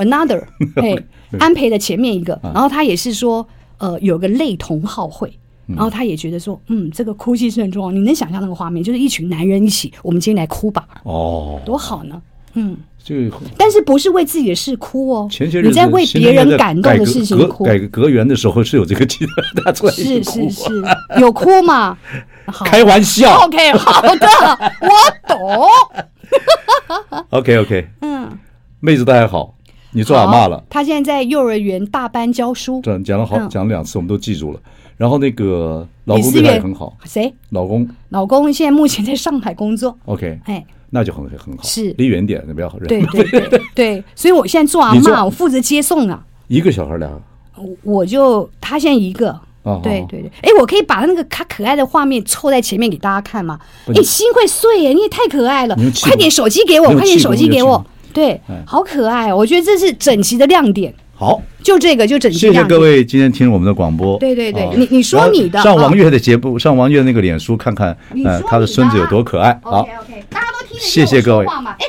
Speaker 3: another，哎，安培的前面一个，
Speaker 1: 嗯
Speaker 3: 然后他也是说，呃，有个类同好会。然后他也觉得说，嗯，这个哭泣是很重要。你能想象那个画面，就是一群男人一起，我们今天来哭吧，
Speaker 1: 哦，
Speaker 3: 多好呢！
Speaker 1: 这个
Speaker 3: 但是不是为自己的事哭哦，
Speaker 1: 前些日子
Speaker 3: 你在为
Speaker 1: 前些
Speaker 3: 别
Speaker 1: 年
Speaker 3: 人
Speaker 1: 在
Speaker 3: 感动
Speaker 1: 改
Speaker 3: 的
Speaker 1: 革
Speaker 3: 事情
Speaker 1: 革
Speaker 3: 哭，
Speaker 1: 改革革员的时候是有这个 题的，大家出来一
Speaker 3: 是
Speaker 1: 起哭
Speaker 3: 是哦是，有哭 嘛？好
Speaker 1: 开玩笑。
Speaker 3: ，OK，好的，我懂。
Speaker 1: OK OK，嗯，妹子大家好，你做
Speaker 3: 好
Speaker 1: 阿妈了，
Speaker 3: 他现在在幼儿园大班教书，
Speaker 1: 讲讲了好
Speaker 3: 嗯
Speaker 1: 讲了两次，我们都记住了。然后那个老
Speaker 3: 李
Speaker 1: 公
Speaker 3: 思
Speaker 1: 对她也
Speaker 3: 源
Speaker 1: 很好，
Speaker 3: 谁？
Speaker 1: 老公
Speaker 3: 老公现在目前在上海工作。
Speaker 1: OK，
Speaker 3: 哎，
Speaker 1: 那就很很好，
Speaker 3: 是
Speaker 1: 离远点，你不要
Speaker 3: 对对对对，所以我现在做阿
Speaker 1: 你做
Speaker 3: 妈，我负责接送啊。
Speaker 1: 一个小孩俩
Speaker 3: 我我就他现在一个。
Speaker 1: 哦
Speaker 3: 对
Speaker 1: 好
Speaker 3: 对对，哎，我可以把那个他可爱的画面凑在前面给大家看吗？
Speaker 1: 不
Speaker 3: 哎，
Speaker 1: 你
Speaker 3: 心会碎耶，你也太可爱了
Speaker 1: 你用！气
Speaker 3: 快点手机给我，
Speaker 1: 你用
Speaker 3: 快点
Speaker 1: 气
Speaker 3: 手
Speaker 1: 功
Speaker 3: 机
Speaker 1: 你用
Speaker 3: 给
Speaker 1: 气
Speaker 3: 我
Speaker 1: 功。
Speaker 3: 对
Speaker 1: 哎，
Speaker 3: 好可爱哦！我觉得这是整集的亮点，
Speaker 1: 好。
Speaker 3: 就这个就整集
Speaker 1: 谢谢
Speaker 3: 亮点。
Speaker 1: 各位今天听我们的广播。
Speaker 3: 对对对
Speaker 1: 啊
Speaker 3: 你你说
Speaker 1: 然后
Speaker 3: 你的
Speaker 1: 上
Speaker 3: 啊
Speaker 1: 王月的节目，上王月那个脸书看看
Speaker 3: 你，说
Speaker 1: 呃，他的
Speaker 3: 你
Speaker 1: 孙子
Speaker 3: 的
Speaker 1: 有
Speaker 3: 啊
Speaker 1: 多可爱。好
Speaker 3: OK，大家都听得
Speaker 1: 谢
Speaker 3: 见
Speaker 1: 谢
Speaker 3: 我说
Speaker 1: 各位
Speaker 3: 话嘛哎，